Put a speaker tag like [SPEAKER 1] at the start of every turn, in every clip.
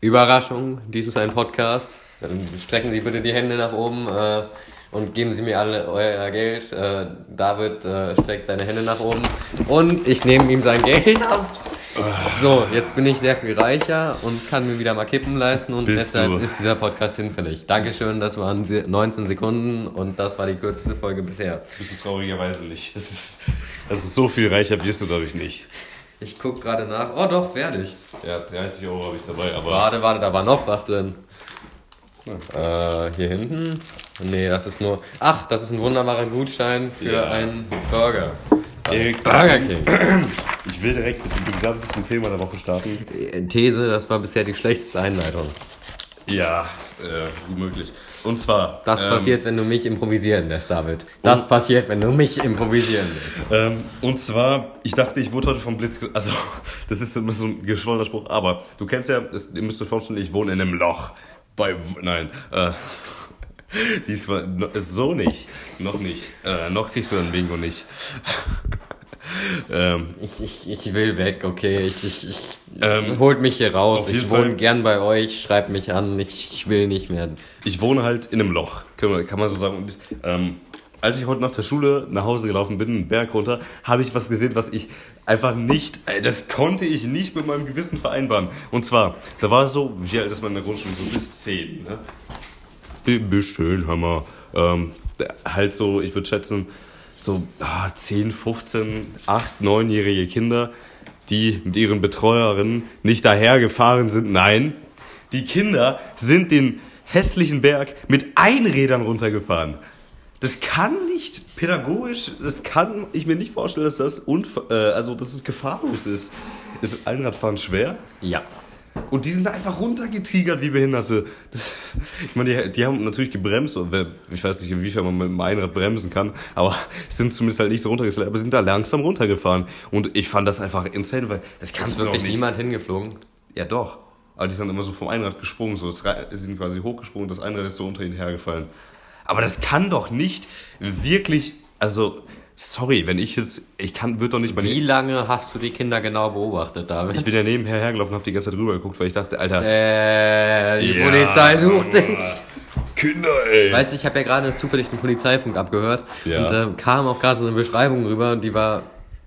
[SPEAKER 1] Überraschung, dies ist ein Podcast. Ähm, Strecken Sie bitte die Hände nach oben äh, und geben Sie mir alle euer Geld. Äh, David äh, streckt seine Hände nach oben und ich nehme ihm sein Geld ab. So, jetzt bin ich sehr viel reicher und kann mir wieder mal Kippen leisten und
[SPEAKER 2] Bist
[SPEAKER 1] deshalb
[SPEAKER 2] du.
[SPEAKER 1] ist dieser Podcast hinfällig. Dankeschön, das waren se- 19 Sekunden und das war die kürzeste Folge bisher.
[SPEAKER 2] Bist du traurigerweise nicht. Das ist, das ist so viel reicher wirst du dadurch nicht.
[SPEAKER 1] Ich guck gerade nach. Oh doch, werde ich.
[SPEAKER 2] Ja, 30 Euro habe ich dabei, aber
[SPEAKER 1] Warte, warte, da war noch was drin. Äh, hier hinten? Nee, das ist nur. Ach, das ist ein wunderbarer Gutschein für
[SPEAKER 2] Ja.
[SPEAKER 1] einen Burger.
[SPEAKER 2] Erik,
[SPEAKER 1] Burger King.
[SPEAKER 2] ich will direkt mit dem gesamtesten Thema der Woche starten.
[SPEAKER 1] Äh, These, das war bisher die schlechteste Einleitung.
[SPEAKER 2] Ja, äh, gut möglich. Und zwar.
[SPEAKER 1] Das
[SPEAKER 2] ähm,
[SPEAKER 1] passiert, wenn du mich improvisieren lässt, David. Das passiert, wenn du mich improvisieren lässt.
[SPEAKER 2] Ähm, und zwar, ich dachte, ich wurde heute vom Blitz. ge- Also, das ist immer so ein geschwollener Spruch, aber du kennst ja, es, ihr müsst euch vorstellen, ich wohne in einem Loch. Bei. W- Nein. Äh, diesmal. no- So nicht. Noch nicht. Äh, noch kriegst du dein Bingo nicht. ähm,
[SPEAKER 1] Ich, ich, ich will weg, okay? Ich, ich, ich
[SPEAKER 2] Ähm,
[SPEAKER 1] holt mich hier raus.
[SPEAKER 2] auf
[SPEAKER 1] Ich
[SPEAKER 2] jeden
[SPEAKER 1] wohne
[SPEAKER 2] Fall-
[SPEAKER 1] gern bei euch. Schreibt mich an. Ich, ich will nicht mehr.
[SPEAKER 2] ich wohne halt in einem Loch, kann man, kann man so sagen. Und ich, ähm, als ich heute nach der Schule nach Hause gelaufen bin, einen Berg runter, habe ich was gesehen, was ich einfach nicht, äh, das konnte ich nicht mit meinem Gewissen vereinbaren. Und zwar, da war es so, wie alt ist man in der Grundschule, so bis 10, ne? Ein bisschen Hammer. Ähm, halt so, ich würde schätzen, so ah, 10, 15, 8, 9-jährige Kinder, die mit ihren Betreuerinnen nicht dahergefahren sind. Nein, die Kinder sind den hässlichen Berg mit Einrädern runtergefahren. Das kann nicht pädagogisch, das kann ich mir nicht vorstellen, dass das unf äh, also dass es gefahrlos ist. Ist Einradfahren schwer?
[SPEAKER 1] Ja.
[SPEAKER 2] Und die sind da einfach runtergetigert wie Behinderte. Das, ich meine, die, die haben natürlich gebremst. Und wer- ich weiß nicht, inwiefern man mit dem Einrad bremsen kann, aber sind zumindest halt nicht so runtergeslidert, aber sind da langsam runtergefahren. Und ich fand das einfach insane, weil das kannst
[SPEAKER 1] Ist
[SPEAKER 2] du doch
[SPEAKER 1] wirklich
[SPEAKER 2] nicht.
[SPEAKER 1] niemand hingeflogen?
[SPEAKER 2] Ja, doch. Aber die sind immer so vom Einrad gesprungen. So. Das, Ra- sie sind quasi hochgesprungen, das Einrad ist so unter ihnen hergefallen. Aber das kann doch nicht wirklich. Also, sorry, wenn ich jetzt. Ich kann, wird doch nicht meine.
[SPEAKER 1] Wie lange hast du die Kinder genau beobachtet, David?
[SPEAKER 2] Ich bin ja nebenher hergelaufen, hab die ganze Zeit drüber geguckt, weil ich dachte, Alter.
[SPEAKER 1] Äh, die
[SPEAKER 2] Ja.
[SPEAKER 1] Polizei sucht dich.
[SPEAKER 2] Kinder, ey.
[SPEAKER 1] Weißt du, ich habe ja gerade zufällig den Polizeifunk abgehört
[SPEAKER 2] Ja.
[SPEAKER 1] und da kam auch gerade so eine Beschreibung rüber und die war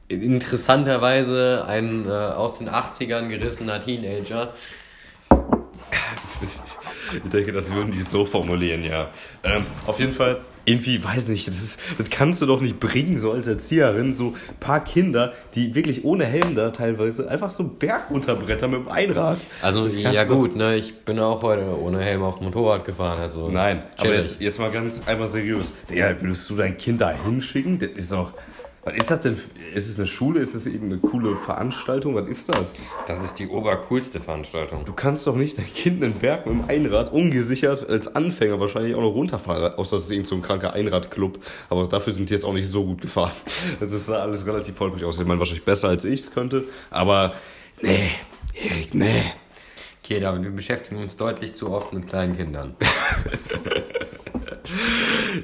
[SPEAKER 1] interessanterweise ein äh, aus den 80ern gerissener Teenager.
[SPEAKER 2] Ich, ich denke, das würden die so formulieren, ja. Ähm, auf jeden Fall, irgendwie, weiß nicht, das, ist, das kannst du doch nicht bringen, so als Erzieherin, so ein paar Kinder, die wirklich ohne Helm da teilweise einfach so einen Berg unterbrettern mit dem Einrad.
[SPEAKER 1] Also
[SPEAKER 2] Das kannst
[SPEAKER 1] ja
[SPEAKER 2] du doch-
[SPEAKER 1] gut, ne, ich bin auch heute ohne Helm auf dem Motorrad gefahren, also
[SPEAKER 2] Nein, aber
[SPEAKER 1] chillig.
[SPEAKER 2] jetzt, jetzt mal ganz einmal seriös. Digga, würdest du dein Kind da hinschicken? Das ist doch. Was ist das denn? Ist es eine Schule? Ist es irgendeine coole Veranstaltung? Was ist das?
[SPEAKER 1] das ist die obercoolste Veranstaltung.
[SPEAKER 2] Du kannst doch nicht dein Kind einen Berg mit dem Einrad ungesichert als Anfänger wahrscheinlich auch noch runterfahren, außer es ist irgend so ein kranker Einradclub. Aber dafür sind die jetzt auch nicht so gut gefahren. Also es sah alles relativ holprig aus. Ich meine, wahrscheinlich besser als ich es könnte, aber nee, Erik, nee.
[SPEAKER 1] Okay, David, wir beschäftigen uns deutlich zu oft mit kleinen Kindern.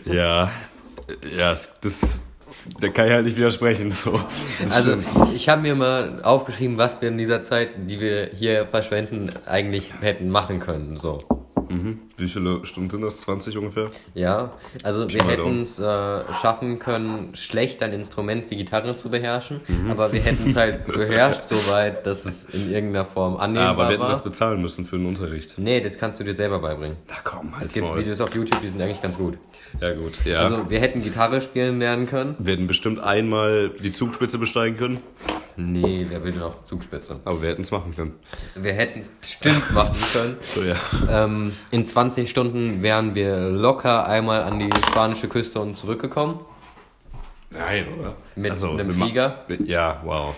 [SPEAKER 2] Ja, ja, es- das, da kann ich halt nicht widersprechen. So. Das
[SPEAKER 1] Also,
[SPEAKER 2] stimmt.
[SPEAKER 1] ich habe mir mal aufgeschrieben, was wir in dieser Zeit, die wir hier verschwenden, eigentlich hätten machen können. So.
[SPEAKER 2] mhm. wie viele Stunden sind das? 20 ungefähr?
[SPEAKER 1] Ja, also wir
[SPEAKER 2] mal
[SPEAKER 1] hätten es äh, schaffen können, schlecht ein Instrument wie Gitarre zu beherrschen,
[SPEAKER 2] Mhm.
[SPEAKER 1] aber wir hätten es halt beherrscht soweit, dass es in irgendeiner Form
[SPEAKER 2] Ja, Ah, aber
[SPEAKER 1] annehmbar
[SPEAKER 2] wir hätten das
[SPEAKER 1] war.
[SPEAKER 2] bezahlen müssen für den Unterricht.
[SPEAKER 1] Nee, das kannst du dir selber beibringen.
[SPEAKER 2] Na komm,
[SPEAKER 1] Es
[SPEAKER 2] halt's
[SPEAKER 1] gibt
[SPEAKER 2] Maul.
[SPEAKER 1] Videos auf YouTube, die sind eigentlich ganz gut.
[SPEAKER 2] Ja gut, ja.
[SPEAKER 1] Also wir hätten Gitarre spielen lernen können.
[SPEAKER 2] wir hätten bestimmt einmal die Zugspitze besteigen können.
[SPEAKER 1] Nee, wer will denn auf die Zugspitze?
[SPEAKER 2] Aber wir hätten es machen können.
[SPEAKER 1] Wir hätten es bestimmt machen können.
[SPEAKER 2] So, ja.
[SPEAKER 1] Ähm, in 20 Stunden wären wir locker einmal an die spanische Küste und zurückgekommen.
[SPEAKER 2] Nein, oder? Also,
[SPEAKER 1] Mit einem
[SPEAKER 2] wir ma-
[SPEAKER 1] Flieger?
[SPEAKER 2] mit- Ja, wow.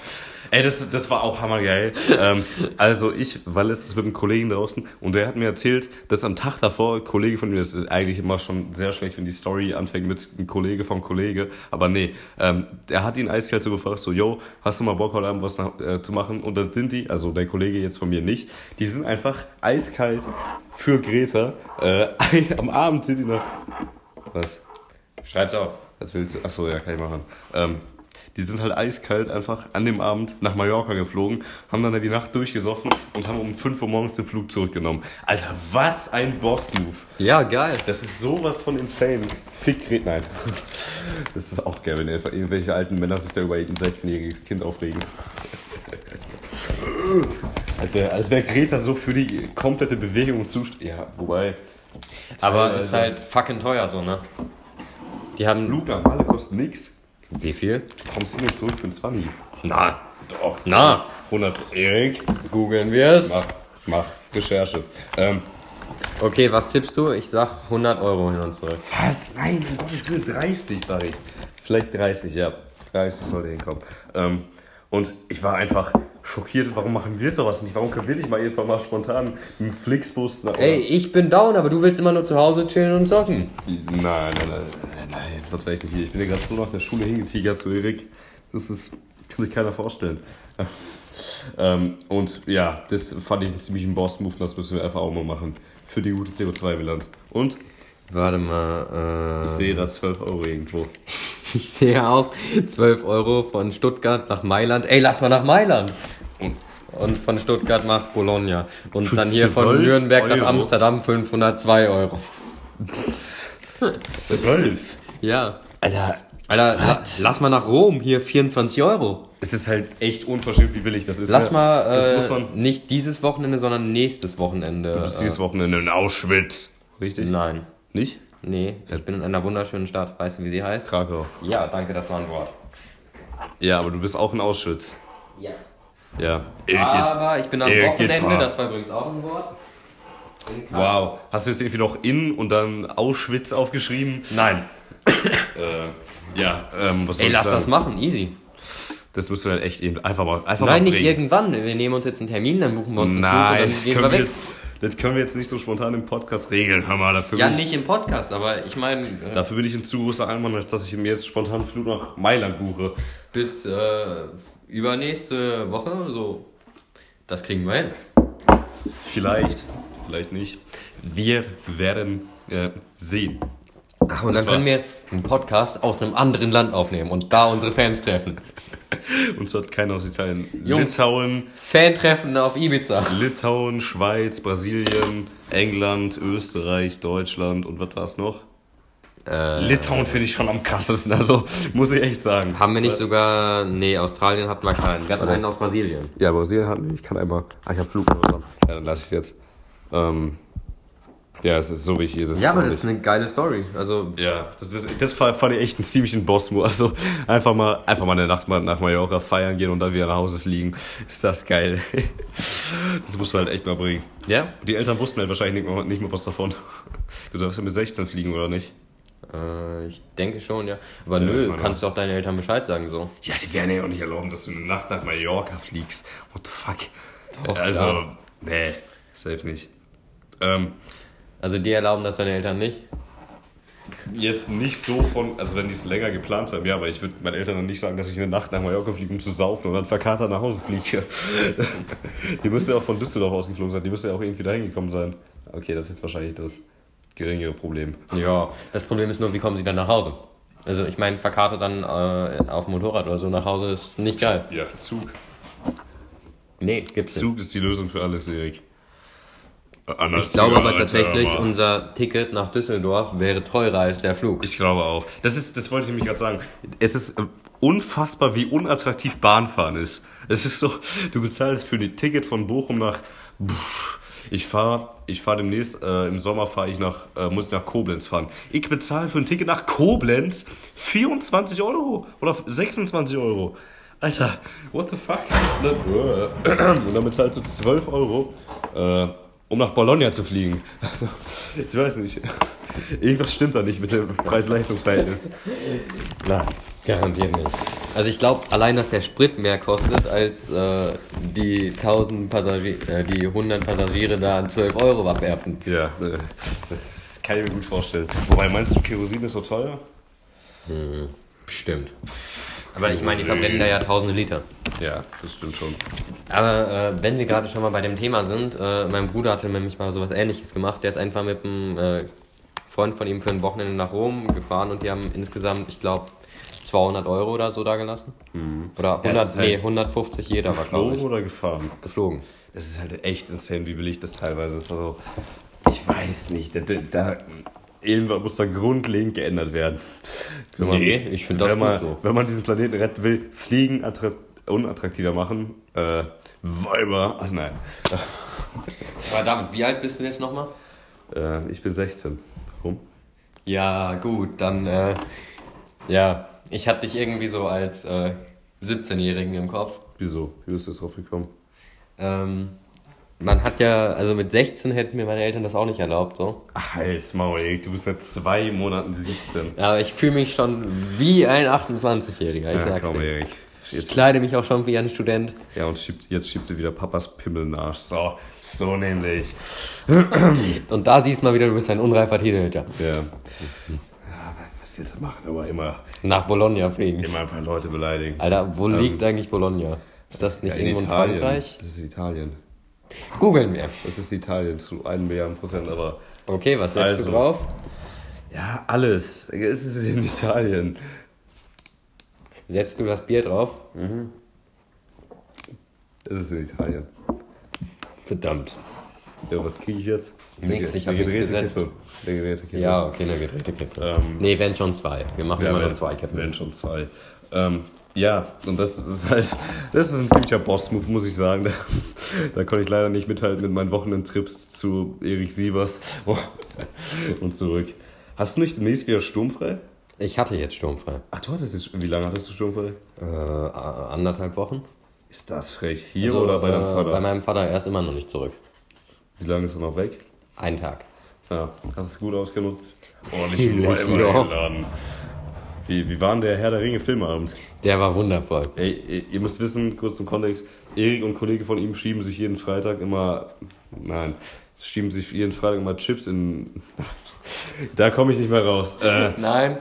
[SPEAKER 2] Ey, das, das war auch hammergeil. ähm, also ich war letztens mit einem Kollegen draußen und der hat mir erzählt, dass am Tag davor, ein Kollege von mir, das ist eigentlich immer schon sehr schlecht, wenn die Story anfängt mit einem Kollege vom Kollege, aber nee, ähm, der hat ihn eiskalt so gefragt, so, yo, hast du mal Bock heute Abend was nach, äh, zu machen? Und dann sind die, also der Kollege jetzt von mir nicht, die sind einfach eiskalt für Greta. Äh, am Abend sind die nach... Was?
[SPEAKER 1] Schreib's auf.
[SPEAKER 2] Das willst du, achso, ja, kann ich machen. Ähm, Die sind halt eiskalt einfach an dem Abend nach Mallorca geflogen, haben dann da die Nacht durchgesoffen und haben um 5 Uhr morgens den Flug zurückgenommen. Alter, was ein Boss-Move.
[SPEAKER 1] Ja, geil.
[SPEAKER 2] Das ist sowas von insane. Fick Gret, nein. Das ist auch geil, wenn einfach irgendwelche alten Männer sich da über ein 16-jähriges Kind aufregen. Als wäre als wär Greta so für die komplette Bewegung zuständig. Ja, wobei,
[SPEAKER 1] Aber
[SPEAKER 2] Teilweise.
[SPEAKER 1] ist halt fucking teuer so, ne? Die haben.
[SPEAKER 2] Flug nach Malle kostet nix.
[SPEAKER 1] Wie viel?
[SPEAKER 2] Kommst du nur zurück für ein 20?
[SPEAKER 1] Na,
[SPEAKER 2] Doch, so.
[SPEAKER 1] Na.
[SPEAKER 2] 100 Erik.
[SPEAKER 1] googeln wir es.
[SPEAKER 2] Mach, mach, Recherche. Ähm,
[SPEAKER 1] Okay, was tippst du? Ich sag 100 Euro hin und zurück.
[SPEAKER 2] was? Nein, um Gottes Willen, 30, sag ich. Vielleicht 30, ja. 30 sollte hinkommen. Ähm, und ich war einfach schockiert, warum machen wir sowas nicht? Warum können wir nicht mal irgendwann mal spontan einen Flixbus nach
[SPEAKER 1] Ey, ich bin down, aber du willst immer nur zu Hause chillen und zocken.
[SPEAKER 2] Nein, nein, nein, nein, nein, sonst wäre ich nicht hier. Ich bin ja gerade so nach der Schule hingetigert zu Erik. Das ist, kann sich keiner vorstellen. ähm, und ja, das fand ich einen ziemlichen Boss-Move und das müssen wir einfach auch mal machen. Für die gute CO2-Bilanz. Und
[SPEAKER 1] Warte mal, äh.
[SPEAKER 2] ich sehe da 12 Euro irgendwo.
[SPEAKER 1] Ich sehe auch 12 Euro von Stuttgart nach Mailand. Ey, lass mal nach Mailand.
[SPEAKER 2] Und
[SPEAKER 1] Und von Stuttgart nach Bologna. Und
[SPEAKER 2] Für
[SPEAKER 1] dann hier von
[SPEAKER 2] 12
[SPEAKER 1] Nürnberg
[SPEAKER 2] Euro?
[SPEAKER 1] nach Amsterdam 502 Euro.
[SPEAKER 2] 12?
[SPEAKER 1] Ja.
[SPEAKER 2] Alter,
[SPEAKER 1] Alter, la, lass mal nach Rom, hier 24 Euro.
[SPEAKER 2] es ist halt echt unverschämt, wie billig das ist.
[SPEAKER 1] Lass
[SPEAKER 2] ne? Das
[SPEAKER 1] mal, äh,
[SPEAKER 2] muss man.
[SPEAKER 1] nicht dieses Wochenende, sondern nächstes Wochenende. äh,
[SPEAKER 2] Das ist dieses Wochenende in Auschwitz. Richtig?
[SPEAKER 1] Nein.
[SPEAKER 2] Nicht?
[SPEAKER 1] Nee, ich bin in einer wunderschönen Stadt. Weißt du, wie sie heißt?
[SPEAKER 2] Krakau.
[SPEAKER 1] Ja, danke, das war ein Wort.
[SPEAKER 2] Ja, aber du bist auch in Auschwitz.
[SPEAKER 1] Ja.
[SPEAKER 2] Ja. Äh, Erik,
[SPEAKER 1] Aber ich bin am
[SPEAKER 2] Irgendwann.
[SPEAKER 1] Wochenende, das war übrigens auch ein Wort. In Karl-
[SPEAKER 2] Wow. Hast du jetzt irgendwie noch in und dann Auschwitz aufgeschrieben?
[SPEAKER 1] Nein.
[SPEAKER 2] Äh, ja, ähm, was soll
[SPEAKER 1] Ey,
[SPEAKER 2] ich
[SPEAKER 1] lass
[SPEAKER 2] sagen?
[SPEAKER 1] das machen, easy.
[SPEAKER 2] Das müssen wir halt echt eben einfach mal einfach
[SPEAKER 1] Nein,
[SPEAKER 2] mal
[SPEAKER 1] nicht
[SPEAKER 2] bringen.
[SPEAKER 1] irgendwann. Wir nehmen uns jetzt einen Termin, dann buchen wir uns einen
[SPEAKER 2] Nein, das
[SPEAKER 1] Flug und dann gehen
[SPEAKER 2] können, wir
[SPEAKER 1] wir weg.
[SPEAKER 2] jetzt, das können wir jetzt nicht so spontan im Podcast regeln. Hör mal, dafür,
[SPEAKER 1] Ja,
[SPEAKER 2] bin, ich,
[SPEAKER 1] nicht im Podcast, aber ich meine, äh,
[SPEAKER 2] dafür bin ich ein zu großer Einwand, als dass ich mir jetzt spontan einen Flug nach Mailand buche.
[SPEAKER 1] bis äh, übernächste Woche, so. Das kriegen wir hin.
[SPEAKER 2] Vielleicht, vielleicht nicht. Wir werden äh, sehen.
[SPEAKER 1] Ach, und
[SPEAKER 2] Das
[SPEAKER 1] dann
[SPEAKER 2] war-
[SPEAKER 1] können wir einen Podcast aus einem anderen Land aufnehmen und da unsere Fans treffen.
[SPEAKER 2] Uns hört keiner aus Italien.
[SPEAKER 1] Jungs.
[SPEAKER 2] Litauen,
[SPEAKER 1] Fan-Treffen auf Ibiza.
[SPEAKER 2] Litauen, Schweiz, Brasilien, England, Österreich, Deutschland und was war es noch?
[SPEAKER 1] Äh,
[SPEAKER 2] Litauen finde ich schon am krassesten, also muss ich echt sagen.
[SPEAKER 1] haben wir nicht sogar. Nee, Australien hatten wir keinen. Wir hatten einen aus Brasilien.
[SPEAKER 2] Ja, Brasilien hatten wir. Ich kann einmal. Ah, ich hab Flug. Ja, dann lass ich es jetzt. Ähm, ja, es ist so wichtig. Ist es
[SPEAKER 1] Ja, aber
[SPEAKER 2] doch
[SPEAKER 1] das ist
[SPEAKER 2] nicht.
[SPEAKER 1] eine geile Story. Also,
[SPEAKER 2] Ja, das, das, das fand fand ich echt einen ziemlichen Boss-Move. Also einfach mal, einfach mal eine Nacht mal nach Mallorca feiern gehen und dann wieder nach Hause fliegen. Ist das geil. Das muss man halt echt mal bringen.
[SPEAKER 1] ja?
[SPEAKER 2] Die Eltern wussten halt wahrscheinlich nicht mal, nicht mal was davon. Du darfst ja mit 16 fliegen, oder nicht?
[SPEAKER 1] Äh, ich denke schon, ja. Aber
[SPEAKER 2] ich
[SPEAKER 1] nö,
[SPEAKER 2] meine
[SPEAKER 1] kannst du auch deinen Eltern Bescheid sagen, so.
[SPEAKER 2] Ja, die werden ja auch nicht erlauben, dass du eine Nacht nach Mallorca fliegst. What the fuck?
[SPEAKER 1] Doch,
[SPEAKER 2] also,
[SPEAKER 1] klar.
[SPEAKER 2] nee, safe nicht. Ähm,
[SPEAKER 1] Also, die erlauben das deine Eltern nicht.
[SPEAKER 2] jetzt nicht so von, also wenn die es länger geplant haben, ja, aber ich würde meinen Eltern dann nicht sagen, dass ich eine Nacht nach Mallorca fliege, um zu saufen und dann verkatert nach Hause fliege. die müssen ja auch von Düsseldorf ausgeflogen sein, die müssen ja auch irgendwie dahin gekommen sein. Okay, das ist jetzt wahrscheinlich das geringere Problem.
[SPEAKER 1] Ja. Das Problem ist nur, wie kommen sie dann nach Hause? Also, ich meine, verkarte dann äh, auf dem Motorrad oder so nach Hause ist nicht geil.
[SPEAKER 2] Ja, Zug.
[SPEAKER 1] Nee, gibt's nicht.
[SPEAKER 2] Zug ist die Lösung für alles, Erik.
[SPEAKER 1] Ich glaube aber tatsächlich, unser Ticket nach Düsseldorf wäre teurer als der Flug.
[SPEAKER 2] Ich glaube auch. Das ist, das wollte ich nämlich gerade sagen. Es ist äh, unfassbar, wie unattraktiv Bahnfahren ist. Es ist so, du bezahlst für ein Ticket von Bochum nach. Pff, Ich fahre ich fahr demnächst, äh, im Sommer fahre ich nach, äh, muss ich nach Koblenz fahren. Ich bezahle für ein Ticket nach Koblenz 24 Euro oder 26 Euro. Alter, what the fuck? Und dann, äh, und dann bezahlst du 12 Euro, äh, um nach Bologna zu fliegen. Also, ich weiß nicht. Irgendwas stimmt da nicht mit dem Preis-Leistungs-Verhältnis.
[SPEAKER 1] Nein, garantiert nicht. Also ich glaube, allein, dass der Sprit mehr kostet als äh, die 1000 Passagiere, äh, die 100 Passagiere da an 12 Euro abwerfen.
[SPEAKER 2] Ja, äh, das kann ich mir gut vorstellen. Wobei, meinst du, Kerosin ist so teuer?
[SPEAKER 1] Bestimmt. Aber ich meine, die verbrennen da ja tausende Liter.
[SPEAKER 2] Ja, das stimmt schon.
[SPEAKER 1] Aber äh, wenn wir gerade schon mal bei dem Thema sind, äh, mein Bruder hatte nämlich mal sowas ähnliches gemacht. Der ist einfach mit einem äh, Freund von ihm für ein Wochenende nach Rom gefahren und die haben insgesamt, ich glaube, 200 Euro oder so da gelassen. Oder
[SPEAKER 2] Ja,
[SPEAKER 1] 100,
[SPEAKER 2] es ist
[SPEAKER 1] nee,
[SPEAKER 2] halt
[SPEAKER 1] 150 jeder war, glaube
[SPEAKER 2] Geflogen
[SPEAKER 1] ich.
[SPEAKER 2] oder gefahren?
[SPEAKER 1] Geflogen.
[SPEAKER 2] Das ist halt echt insane, wie billig das teilweise ist. Also, ich weiß nicht. Da, da, da irgendwas muss da grundlegend geändert werden. Wenn
[SPEAKER 1] Nee, ich find das
[SPEAKER 2] wenn man,
[SPEAKER 1] gut so.
[SPEAKER 2] Wenn man diesen Planeten retten will, Fliegen attra- unattraktiver machen. Äh, Weiber. Ach nein.
[SPEAKER 1] Aber David, wie alt bist du jetzt nochmal?
[SPEAKER 2] Äh, ich bin 16. Warum?
[SPEAKER 1] Ja, gut, dann, äh, ja, ich hatte dich irgendwie so als äh, 17-Jährigen im Kopf.
[SPEAKER 2] Wieso? Wie bist du jetzt drauf gekommen?
[SPEAKER 1] Ähm, man hat ja, also mit 16 hätten mir meine Eltern das auch nicht erlaubt, so.
[SPEAKER 2] Ach, Halt's Maul, ey. du bist seit zwei Monaten 17.
[SPEAKER 1] Aber ich fühle mich schon wie ein 28-Jähriger, ich sag's
[SPEAKER 2] komm,
[SPEAKER 1] dir.
[SPEAKER 2] Erik.
[SPEAKER 1] Ich
[SPEAKER 2] Jetzt,
[SPEAKER 1] kleide mich auch schon wie ein Student.
[SPEAKER 2] ja, und schiebt, jetzt schiebt dir wieder Papas Pimmel in den Arsch. So, so nämlich.
[SPEAKER 1] Und da siehst du mal wieder, du bist ein unreifer Teenager.
[SPEAKER 2] Ja. ja. Was willst du machen? Aber immer,
[SPEAKER 1] Nach Bologna fliegen.
[SPEAKER 2] immer ein paar Leute beleidigen.
[SPEAKER 1] Alter, wo liegt eigentlich Bologna? Ist das nicht
[SPEAKER 2] Ähm. Ja,
[SPEAKER 1] irgendwo Also in
[SPEAKER 2] Italien.
[SPEAKER 1] Frankreich?
[SPEAKER 2] Das ist Italien.
[SPEAKER 1] Googeln wir.
[SPEAKER 2] Das ist Italien zu 1 Milliarden Prozent, aber.
[SPEAKER 1] Okay, was setzt
[SPEAKER 2] Also.
[SPEAKER 1] du drauf?
[SPEAKER 2] Ja, alles. Es ist in Italien.
[SPEAKER 1] Setzt du das Bier drauf?
[SPEAKER 2] Es ist in Italien.
[SPEAKER 1] Verdammt.
[SPEAKER 2] Ja, was kriege ich jetzt?
[SPEAKER 1] Nix, ich hab
[SPEAKER 2] Eine
[SPEAKER 1] nichts
[SPEAKER 2] gedrehte
[SPEAKER 1] gesetzt.
[SPEAKER 2] Kippe. Eine gedrehte Kippe.
[SPEAKER 1] Ja, okay, eine gedrehte Kippe.
[SPEAKER 2] Ähm,
[SPEAKER 1] Nee, wenn schon zwei. Wir machen immer
[SPEAKER 2] wenn-
[SPEAKER 1] noch zwei Kippen.
[SPEAKER 2] Wenn schon zwei. Ähm, ja, und das ist halt, das ist ein ziemlicher Boss-Move, muss ich sagen. Da, da konnte ich leider nicht mithalten mit meinen Wochenendtrips zu Erik Sievers und zurück. Hast du nicht demnächst wieder sturmfrei?
[SPEAKER 1] Ich hatte jetzt sturmfrei.
[SPEAKER 2] Ach, du hattest jetzt, wie lange hattest du sturmfrei?
[SPEAKER 1] Äh, a- anderthalb Wochen.
[SPEAKER 2] Ist das frech? Hier
[SPEAKER 1] Also,
[SPEAKER 2] oder bei deinem
[SPEAKER 1] äh,
[SPEAKER 2] Vater?
[SPEAKER 1] Bei meinem Vater, er ist immer noch nicht zurück.
[SPEAKER 2] wie lange ist er noch weg?
[SPEAKER 1] Einen Tag.
[SPEAKER 2] Ja, hast du es gut ausgenutzt? Oh,
[SPEAKER 1] Ziemlich, ja.
[SPEAKER 2] eingeladen. Wie, wie war denn der Herr der Ringe Filmabend?
[SPEAKER 1] Der war wundervoll.
[SPEAKER 2] Ey, ihr- ihr müsst wissen, kurz zum Kontext, Erik und Kollege von ihm schieben sich jeden Freitag immer, nein, schieben sich jeden Freitag immer Chips in, da komme ich nicht mehr raus. Äh,
[SPEAKER 1] Nein,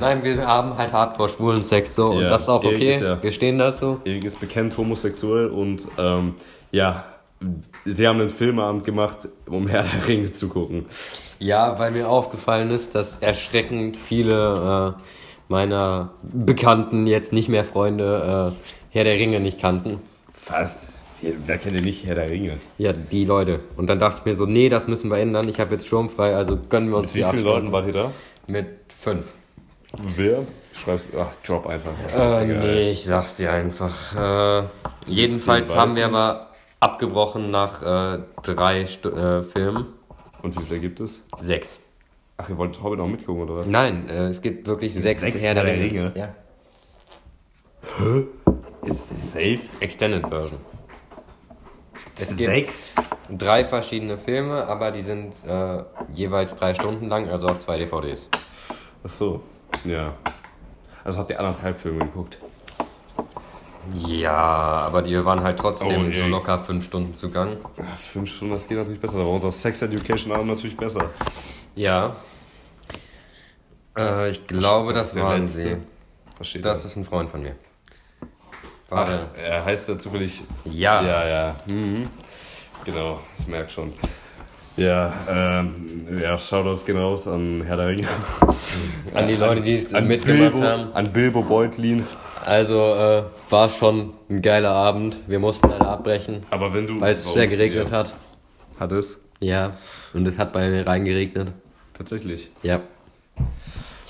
[SPEAKER 1] nein, wir haben halt hardcore schwulen Sex so und
[SPEAKER 2] Ja,
[SPEAKER 1] das ist auch
[SPEAKER 2] Erik
[SPEAKER 1] okay.
[SPEAKER 2] ist ja-
[SPEAKER 1] Wir stehen dazu.
[SPEAKER 2] Erik ist bekannt homosexuell und ähm, ja, sie haben einen Filmabend gemacht, um Herr der Ringe zu gucken.
[SPEAKER 1] Ja, weil mir aufgefallen ist, dass erschreckend viele äh, meiner Bekannten, jetzt nicht mehr Freunde, äh, Herr der Ringe nicht kannten.
[SPEAKER 2] Was? Wer kennt denn nicht Herr der Ringe?
[SPEAKER 1] Ja, die Leute. Und dann dachte ich mir so, nee, das müssen wir ändern. Ich habe jetzt sturmfrei, also gönnen wir uns
[SPEAKER 2] Mit wie
[SPEAKER 1] die
[SPEAKER 2] vielen
[SPEAKER 1] Abstand.
[SPEAKER 2] Leuten wart ihr da?
[SPEAKER 1] Mit fünf.
[SPEAKER 2] Wer? Schreib's, ach, drop einfach.
[SPEAKER 1] Äh, nee, ich sag's dir einfach. Äh, jedenfalls
[SPEAKER 2] Film
[SPEAKER 1] haben wir
[SPEAKER 2] weiß ich's.
[SPEAKER 1] aber abgebrochen nach äh, drei Stu äh, Filmen.
[SPEAKER 2] Und wie viele gibt es?
[SPEAKER 1] Sechs.
[SPEAKER 2] Ach, ihr wollt Hobbit noch mitgucken oder was?
[SPEAKER 1] Nein, äh, es gibt wirklich sechs,
[SPEAKER 2] sechs
[SPEAKER 1] Herr der
[SPEAKER 2] Herr
[SPEAKER 1] Ringe.
[SPEAKER 2] der Ringe?
[SPEAKER 1] Ja.
[SPEAKER 2] Ist das safe?
[SPEAKER 1] Extended Version. Es gibt
[SPEAKER 2] Sechs?
[SPEAKER 1] drei verschiedene Filme, aber die sind äh, jeweils drei Stunden lang, also auf zwei DVDs.
[SPEAKER 2] Ach so, ja. Also habt ihr anderthalb Filme geguckt?
[SPEAKER 1] Ja, aber die waren halt trotzdem
[SPEAKER 2] Oh,
[SPEAKER 1] so
[SPEAKER 2] ey.
[SPEAKER 1] locker fünf Stunden zugang.
[SPEAKER 2] Ach, fünf Stunden, das geht natürlich besser. Da war unser Sex Education Abend natürlich besser.
[SPEAKER 1] Ja. Äh, ich glaube,
[SPEAKER 2] Das
[SPEAKER 1] das,
[SPEAKER 2] ist der
[SPEAKER 1] waren
[SPEAKER 2] letzte.
[SPEAKER 1] sie.
[SPEAKER 2] Was steht
[SPEAKER 1] Das
[SPEAKER 2] das?
[SPEAKER 1] ist ein Freund von mir.
[SPEAKER 2] Ach,
[SPEAKER 1] Warte.
[SPEAKER 2] er heißt ja zufällig.
[SPEAKER 1] Ja.
[SPEAKER 2] Ja, ja. Mhm. Genau, ich merke schon. Ja, ähm, ja, Shoutouts gehen raus an Herr der Ringe.
[SPEAKER 1] An die Leute, die es mitgemacht
[SPEAKER 2] Bilbo,
[SPEAKER 1] haben.
[SPEAKER 2] An Bilbo Beutlin.
[SPEAKER 1] Also äh, war schon ein geiler Abend. Wir mussten leider abbrechen,
[SPEAKER 2] Aber wenn du.
[SPEAKER 1] weil es sehr geregnet hat.
[SPEAKER 2] Hat es?
[SPEAKER 1] Ja. Und es hat bei mir reingeregnet.
[SPEAKER 2] Tatsächlich.
[SPEAKER 1] Ja.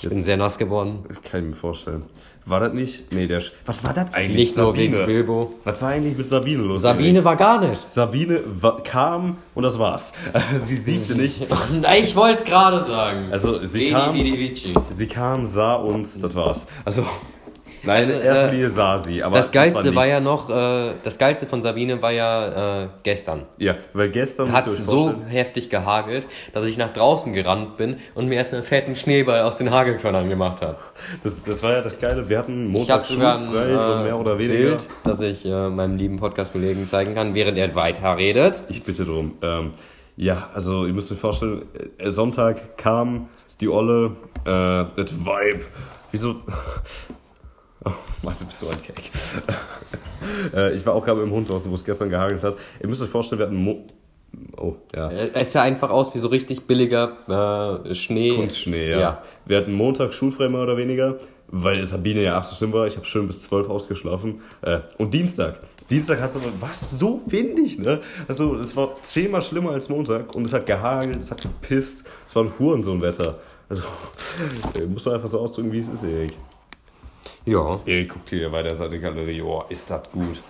[SPEAKER 1] Ich bin sehr nass geworden.
[SPEAKER 2] Kann ich mir vorstellen. War das nicht? Nee, der. Sch- Was war das eigentlich?
[SPEAKER 1] Nicht nur wegen
[SPEAKER 2] Sabine?
[SPEAKER 1] Bilbo.
[SPEAKER 2] Was war eigentlich mit Sabine los?
[SPEAKER 1] Sabine war gar nicht.
[SPEAKER 2] Sabine wa- kam und das war's. sie siegte nicht.
[SPEAKER 1] Nein, ich wollte es gerade sagen.
[SPEAKER 2] Also, sie
[SPEAKER 1] Veni,
[SPEAKER 2] kam-
[SPEAKER 1] vidi, vici.
[SPEAKER 2] Sie kam, sah und das war's. Also, nein,
[SPEAKER 1] Also,
[SPEAKER 2] in erster
[SPEAKER 1] äh,
[SPEAKER 2] Linie sah sie. Aber
[SPEAKER 1] Das Geilste war
[SPEAKER 2] nichts.
[SPEAKER 1] ja noch, äh, das Geilste von Sabine war ja äh, gestern.
[SPEAKER 2] Ja, weil gestern.
[SPEAKER 1] Hat
[SPEAKER 2] müsst ihr euch
[SPEAKER 1] so
[SPEAKER 2] vorstellen,
[SPEAKER 1] heftig gehagelt, dass ich nach draußen gerannt bin und mir erstmal einen fetten Schneeball aus den Hagelkörnern gemacht habe.
[SPEAKER 2] Das, das war ja das Geile. Wir hatten
[SPEAKER 1] Ich habe
[SPEAKER 2] Montag
[SPEAKER 1] sogar ein
[SPEAKER 2] schulfrei, so
[SPEAKER 1] äh,
[SPEAKER 2] mehr oder weniger.
[SPEAKER 1] Bild, das ich äh, meinem lieben Podcast-Kollegen zeigen kann, während er weiterredet.
[SPEAKER 2] Ich bitte drum. Ähm, ja, also ihr müsst euch vorstellen, äh, Sonntag kam die Olle, äh, das Vibe. Wieso? Oh Mann, du bist so ein Cake. äh, ich war auch gerade im Hund draußen, wo es gestern gehagelt hat. Ihr müsst euch vorstellen, wir hatten Mo Oh, ja.
[SPEAKER 1] Äh, Es sah einfach aus wie so richtig billiger äh, Schnee.
[SPEAKER 2] Kunstschnee, ja.
[SPEAKER 1] ja.
[SPEAKER 2] Wir hatten Montag schulfrei mehr oder weniger. weil Sabine ja absolut schlimm war. Ich habe schön bis 12 ausgeschlafen. Äh, und Dienstag. Dienstag hast du aber, was, so windig, ne? Also, es war zehnmal schlimmer als Montag und es hat gehagelt, es hat gepisst. Es war ein Hurensohn-Wetter. Also, äh, muss man einfach so ausdrücken, wie es ist, Erik.
[SPEAKER 1] Ja.
[SPEAKER 2] Erik guckt hier weiter seine Galerie. Oh, ist das gut.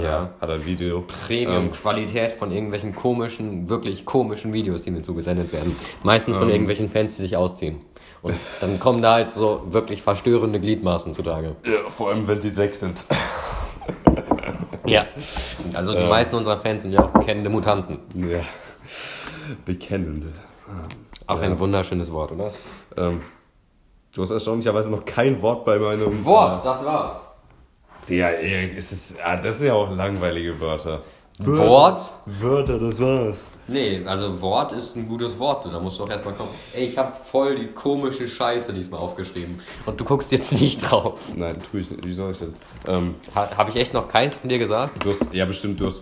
[SPEAKER 1] Ja.
[SPEAKER 2] Hat er ein Video. Ähm,
[SPEAKER 1] Premium-Qualität von irgendwelchen komischen, wirklich komischen Videos, die mir zugesendet werden. Meistens von irgendwelchen Fans, die sich ausziehen. Und dann kommen da halt so wirklich verstörende Gliedmaßen zutage.
[SPEAKER 2] ja, vor allem, wenn sie sechs sind.
[SPEAKER 1] Ja. Also die meisten unserer Fans sind ja auch bekennende Mutanten.
[SPEAKER 2] ja. Bekennende.
[SPEAKER 1] Auch ein wunderschönes Wort, oder?
[SPEAKER 2] Ähm, du hast erstaunlicherweise noch kein Wort bei meinem. äh,
[SPEAKER 1] das war's.
[SPEAKER 2] Ja, Erik, es ist, ah, das sind ja auch langweilige Wörter.
[SPEAKER 1] Wort?
[SPEAKER 2] Wörter, das war's.
[SPEAKER 1] Nee, also Wort ist ein gutes Wort. Du, Da musst du auch erstmal kommen. Ey, ich habe voll die komische Scheiße diesmal aufgeschrieben. Und du guckst jetzt nicht drauf.
[SPEAKER 2] Nein, tue ich nicht. Wie soll ich denn? Ähm,
[SPEAKER 1] Ha, habe ich echt noch keins von dir gesagt?
[SPEAKER 2] du hast, ja, bestimmt, du hast.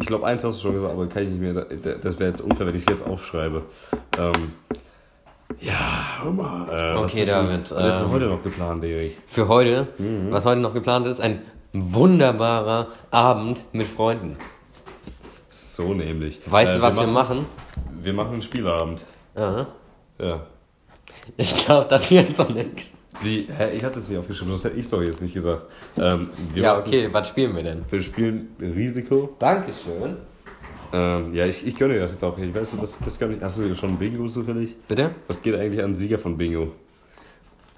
[SPEAKER 2] Ich glaube, eins hast du schon gesagt, aber kann ich nicht mehr. da- Das wäre jetzt unfair, wenn ich es jetzt aufschreibe. Ähm, ja, hör mal. Äh, was
[SPEAKER 1] Okay,
[SPEAKER 2] ist denn-
[SPEAKER 1] David,
[SPEAKER 2] Was ist denn
[SPEAKER 1] ähm,
[SPEAKER 2] heute noch geplant, Erik?
[SPEAKER 1] Für heute, was heute noch geplant ist, ein wunderbarer Abend mit Freunden.
[SPEAKER 2] So nämlich.
[SPEAKER 1] Weißt
[SPEAKER 2] Äh,
[SPEAKER 1] du, was wir machen?
[SPEAKER 2] Wir machen einen Spielabend.
[SPEAKER 1] Aha.
[SPEAKER 2] Ja.
[SPEAKER 1] Ich glaube, das wird so nix.
[SPEAKER 2] Wie? Hä? Ich hatte es nicht aufgeschrieben, sonst hätte ich es doch jetzt nicht gesagt. Ähm, wir
[SPEAKER 1] Ja,
[SPEAKER 2] machen-
[SPEAKER 1] okay, was spielen wir denn?
[SPEAKER 2] Wir spielen Risiko.
[SPEAKER 1] Dankeschön.
[SPEAKER 2] Ähm, ja, ich, ich gönne dir das jetzt auch. Ich weiß, das, das gönne ich. Hast du schon Bingo zufällig?
[SPEAKER 1] Bitte?
[SPEAKER 2] Was geht eigentlich an Sieger von Bingo?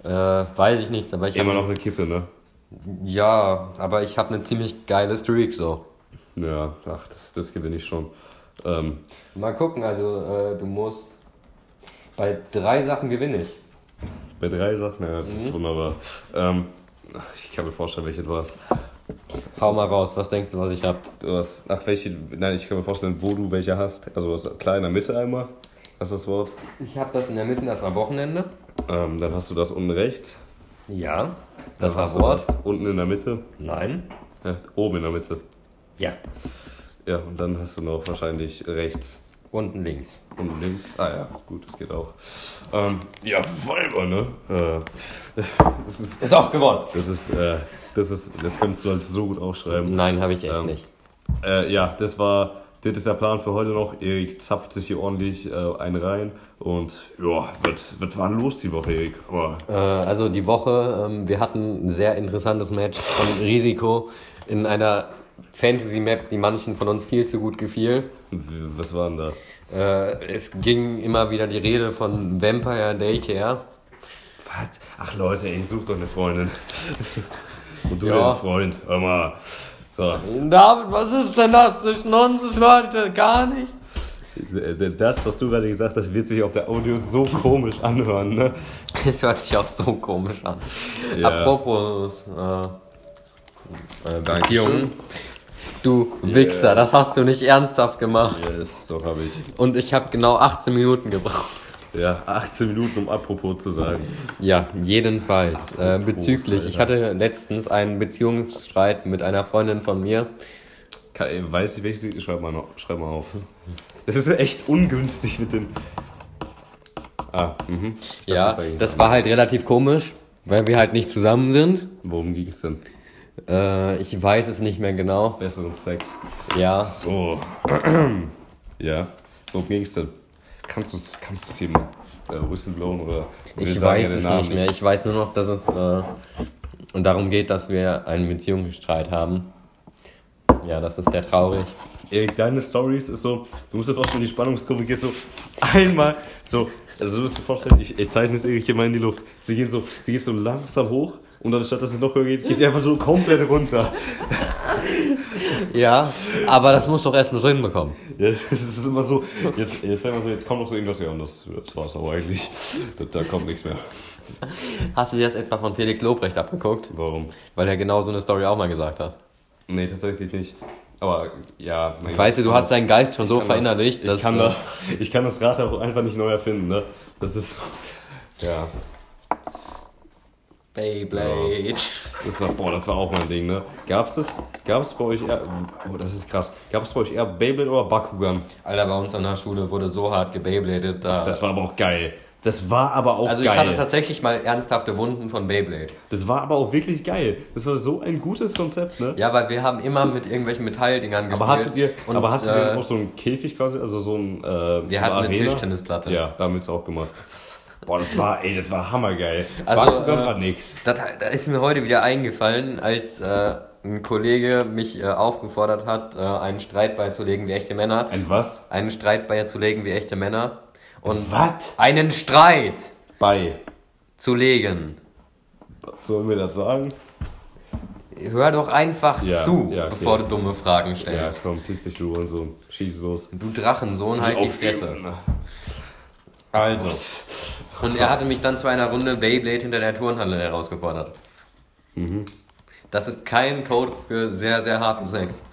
[SPEAKER 1] Äh, weiß ich nichts, aber ich
[SPEAKER 2] Immer
[SPEAKER 1] habe.
[SPEAKER 2] noch eine Kippe, ne?
[SPEAKER 1] Ja, aber ich habe eine ziemlich geile Streak so.
[SPEAKER 2] Ja, ach, das, das gewinne ich schon. Ähm,
[SPEAKER 1] Mal gucken, also äh, du musst. Bei drei Sachen gewinne ich.
[SPEAKER 2] bei drei Sachen, ja, das
[SPEAKER 1] Mhm.
[SPEAKER 2] ist wunderbar. Ähm, ach, ich kann mir vorstellen, welche du hast.
[SPEAKER 1] Hau mal raus, was denkst du, was ich hab?
[SPEAKER 2] Du hast, ach, welche, nein, ich kann mir vorstellen, wo du welche hast. Also, was, klar in der Mitte einmal, hast das Wort.
[SPEAKER 1] Ich hab das in der Mitte, das war Wochenende.
[SPEAKER 2] Ähm, dann hast du das unten rechts.
[SPEAKER 1] Ja. Das
[SPEAKER 2] Dann
[SPEAKER 1] war
[SPEAKER 2] hast du
[SPEAKER 1] Wort.
[SPEAKER 2] das Unten in der Mitte.
[SPEAKER 1] Nein.
[SPEAKER 2] Ja, oben in der Mitte.
[SPEAKER 1] Ja.
[SPEAKER 2] Ja, und dann hast du noch wahrscheinlich rechts.
[SPEAKER 1] Unten links.
[SPEAKER 2] Und links. Ah ja, gut, das geht auch. Ähm, ja, Weiber, ne? Äh, das ist.
[SPEAKER 1] Ist auch gewonnen.
[SPEAKER 2] Das ist, äh, das ist, das kannst du halt so gut aufschreiben.
[SPEAKER 1] Nein, habe ich echt
[SPEAKER 2] Ähm,
[SPEAKER 1] nicht.
[SPEAKER 2] Äh, ja, das war, das ist der Plan für heute noch. Erik zapft sich hier ordentlich äh, einen rein und ja, wird, wird war denn los die Woche, Erik. Aber
[SPEAKER 1] Äh, also die Woche, ähm, wir hatten ein sehr interessantes Match von Risiko in einer Fantasy-Map, die manchen von uns viel zu gut gefiel.
[SPEAKER 2] w- was war denn da?
[SPEAKER 1] Äh, es ging immer wieder die Rede von Vampire Daycare.
[SPEAKER 2] Was? Ach Leute, ey, such doch eine Freundin. und du
[SPEAKER 1] Ja.
[SPEAKER 2] ja. einen Freund, hör mal. So,
[SPEAKER 1] David, was ist denn das zwischen uns? Ich Leute, gar nichts.
[SPEAKER 2] Äh, das, was du gerade gesagt hast, wird sich auf der Audio so komisch anhören, ne?
[SPEAKER 1] Das hört sich auch so komisch an.
[SPEAKER 2] Ja.
[SPEAKER 1] Apropos äh, äh, Beziehungen. Du Wichser, das hast du nicht ernsthaft gemacht.
[SPEAKER 2] Yes, doch habe ich.
[SPEAKER 1] Und ich habe genau 18 Minuten gebraucht.
[SPEAKER 2] Ja, 18 Minuten, um apropos zu sagen.
[SPEAKER 1] Ja, jedenfalls. Äh,
[SPEAKER 2] Apropos,
[SPEAKER 1] bezüglich, ich
[SPEAKER 2] Alter.
[SPEAKER 1] hatte letztens einen Beziehungsstreit mit einer Freundin von mir.
[SPEAKER 2] Kann, ey, äh, weiß ich, welche sie. Schreib mal, noch, schreib mal auf. Das ist echt ungünstig mit den. Ah, mhm. Ich dachte,
[SPEAKER 1] Ja,
[SPEAKER 2] sag ich
[SPEAKER 1] das
[SPEAKER 2] nicht.
[SPEAKER 1] war halt relativ komisch, weil wir halt nicht zusammen sind.
[SPEAKER 2] Worum ging es denn?
[SPEAKER 1] Äh, ich weiß es nicht mehr genau.
[SPEAKER 2] Besseren Sex.
[SPEAKER 1] Ja,
[SPEAKER 2] So. ja, worum ging es denn? Kannst du es kannst du's jedem äh, Whistleblown oder. wir
[SPEAKER 1] ich
[SPEAKER 2] sagen ja
[SPEAKER 1] weiß
[SPEAKER 2] den
[SPEAKER 1] es
[SPEAKER 2] Namen
[SPEAKER 1] nicht mehr. Ich weiß nur noch, dass es äh, und darum geht, dass wir einen Beziehungsstreit haben. Ja, das ist sehr traurig.
[SPEAKER 2] Erik, deine Stories ist so, du musst dir vorstellen, die Spannungskurve geht so einmal so, also du musst dir vorstellen, ich, ich zeichne es Erik hier mal in die Luft. Sie gehen so, sie geht so langsam hoch und dann statt dass es noch höher geht, geht sie einfach so komplett runter.
[SPEAKER 1] Ja, aber das muss doch erstmal so hinbekommen.
[SPEAKER 2] Ja, es ist immer so, jetzt, jetzt sagen wir so, jetzt kommt noch so irgendwas, ja, und das, das war's aber eigentlich. Da, da kommt nichts mehr.
[SPEAKER 1] Hast du dir das etwa von Felix Lobrecht abgeguckt?
[SPEAKER 2] Warum?
[SPEAKER 1] Weil er genau so eine Story auch mal gesagt hat.
[SPEAKER 2] Nee, tatsächlich nicht. Aber ja, mein
[SPEAKER 1] Weißt du,
[SPEAKER 2] Gott,
[SPEAKER 1] du hast deinen Geist schon so
[SPEAKER 2] ich kann das-
[SPEAKER 1] verinnerlicht,
[SPEAKER 2] Ich
[SPEAKER 1] dass.
[SPEAKER 2] kann,
[SPEAKER 1] äh,
[SPEAKER 2] das, ich kann das Rad auch einfach nicht neu erfinden, ne? Das ist. Ja.
[SPEAKER 1] Beyblade.
[SPEAKER 2] Das war, boah, das war auch mein Ding, ne? Gab's das, gab's bei euch eher, oh, das ist krass, gab's bei euch eher Beyblade oder Bakugan?
[SPEAKER 1] Alter, bei uns an der Schule wurde so hart gebeyblades, da.
[SPEAKER 2] Das war aber auch geil. Das war aber auch
[SPEAKER 1] Also ich
[SPEAKER 2] geil.
[SPEAKER 1] hatte tatsächlich mal ernsthafte Wunden von Beyblade.
[SPEAKER 2] das war aber auch wirklich geil. Das war so ein gutes Konzept, ne?
[SPEAKER 1] Ja, weil wir haben immer mit irgendwelchen Metalldingern gespielt.
[SPEAKER 2] Aber hattet ihr,
[SPEAKER 1] und,
[SPEAKER 2] aber hattet
[SPEAKER 1] äh,
[SPEAKER 2] ihr auch so einen Käfig quasi, also so ein. Äh,
[SPEAKER 1] Wir hatten eine Tischtennisplatte.
[SPEAKER 2] Ja, da haben wir es auch gemacht. Boah, das war, ey, das war hammergeil.
[SPEAKER 1] Also,
[SPEAKER 2] war,
[SPEAKER 1] äh,
[SPEAKER 2] war nix.
[SPEAKER 1] Das, da ist mir heute wieder eingefallen, als äh, ein Kollege mich äh, aufgefordert hat, äh, einen Streit beizulegen wie echte Männer.
[SPEAKER 2] Ein was?
[SPEAKER 1] Einen Streit beizulegen wie echte Männer. Und
[SPEAKER 2] Was?
[SPEAKER 1] einen Streit
[SPEAKER 2] Bei.
[SPEAKER 1] zu legen.
[SPEAKER 2] Sollen wir das sagen?
[SPEAKER 1] Hör doch einfach
[SPEAKER 2] Ja,
[SPEAKER 1] zu,
[SPEAKER 2] ja, okay.
[SPEAKER 1] bevor du dumme Fragen
[SPEAKER 2] Ja,
[SPEAKER 1] stellst.
[SPEAKER 2] komm, piss dich, du und so. Schieß los.
[SPEAKER 1] Du Drachensohn, halt die Fresse.
[SPEAKER 2] Also.
[SPEAKER 1] Und er hatte mich dann zu einer Runde Beyblade hinter der Turnhalle herausgefordert.
[SPEAKER 2] Mhm.
[SPEAKER 1] Das ist kein Code für sehr, sehr harten Sex.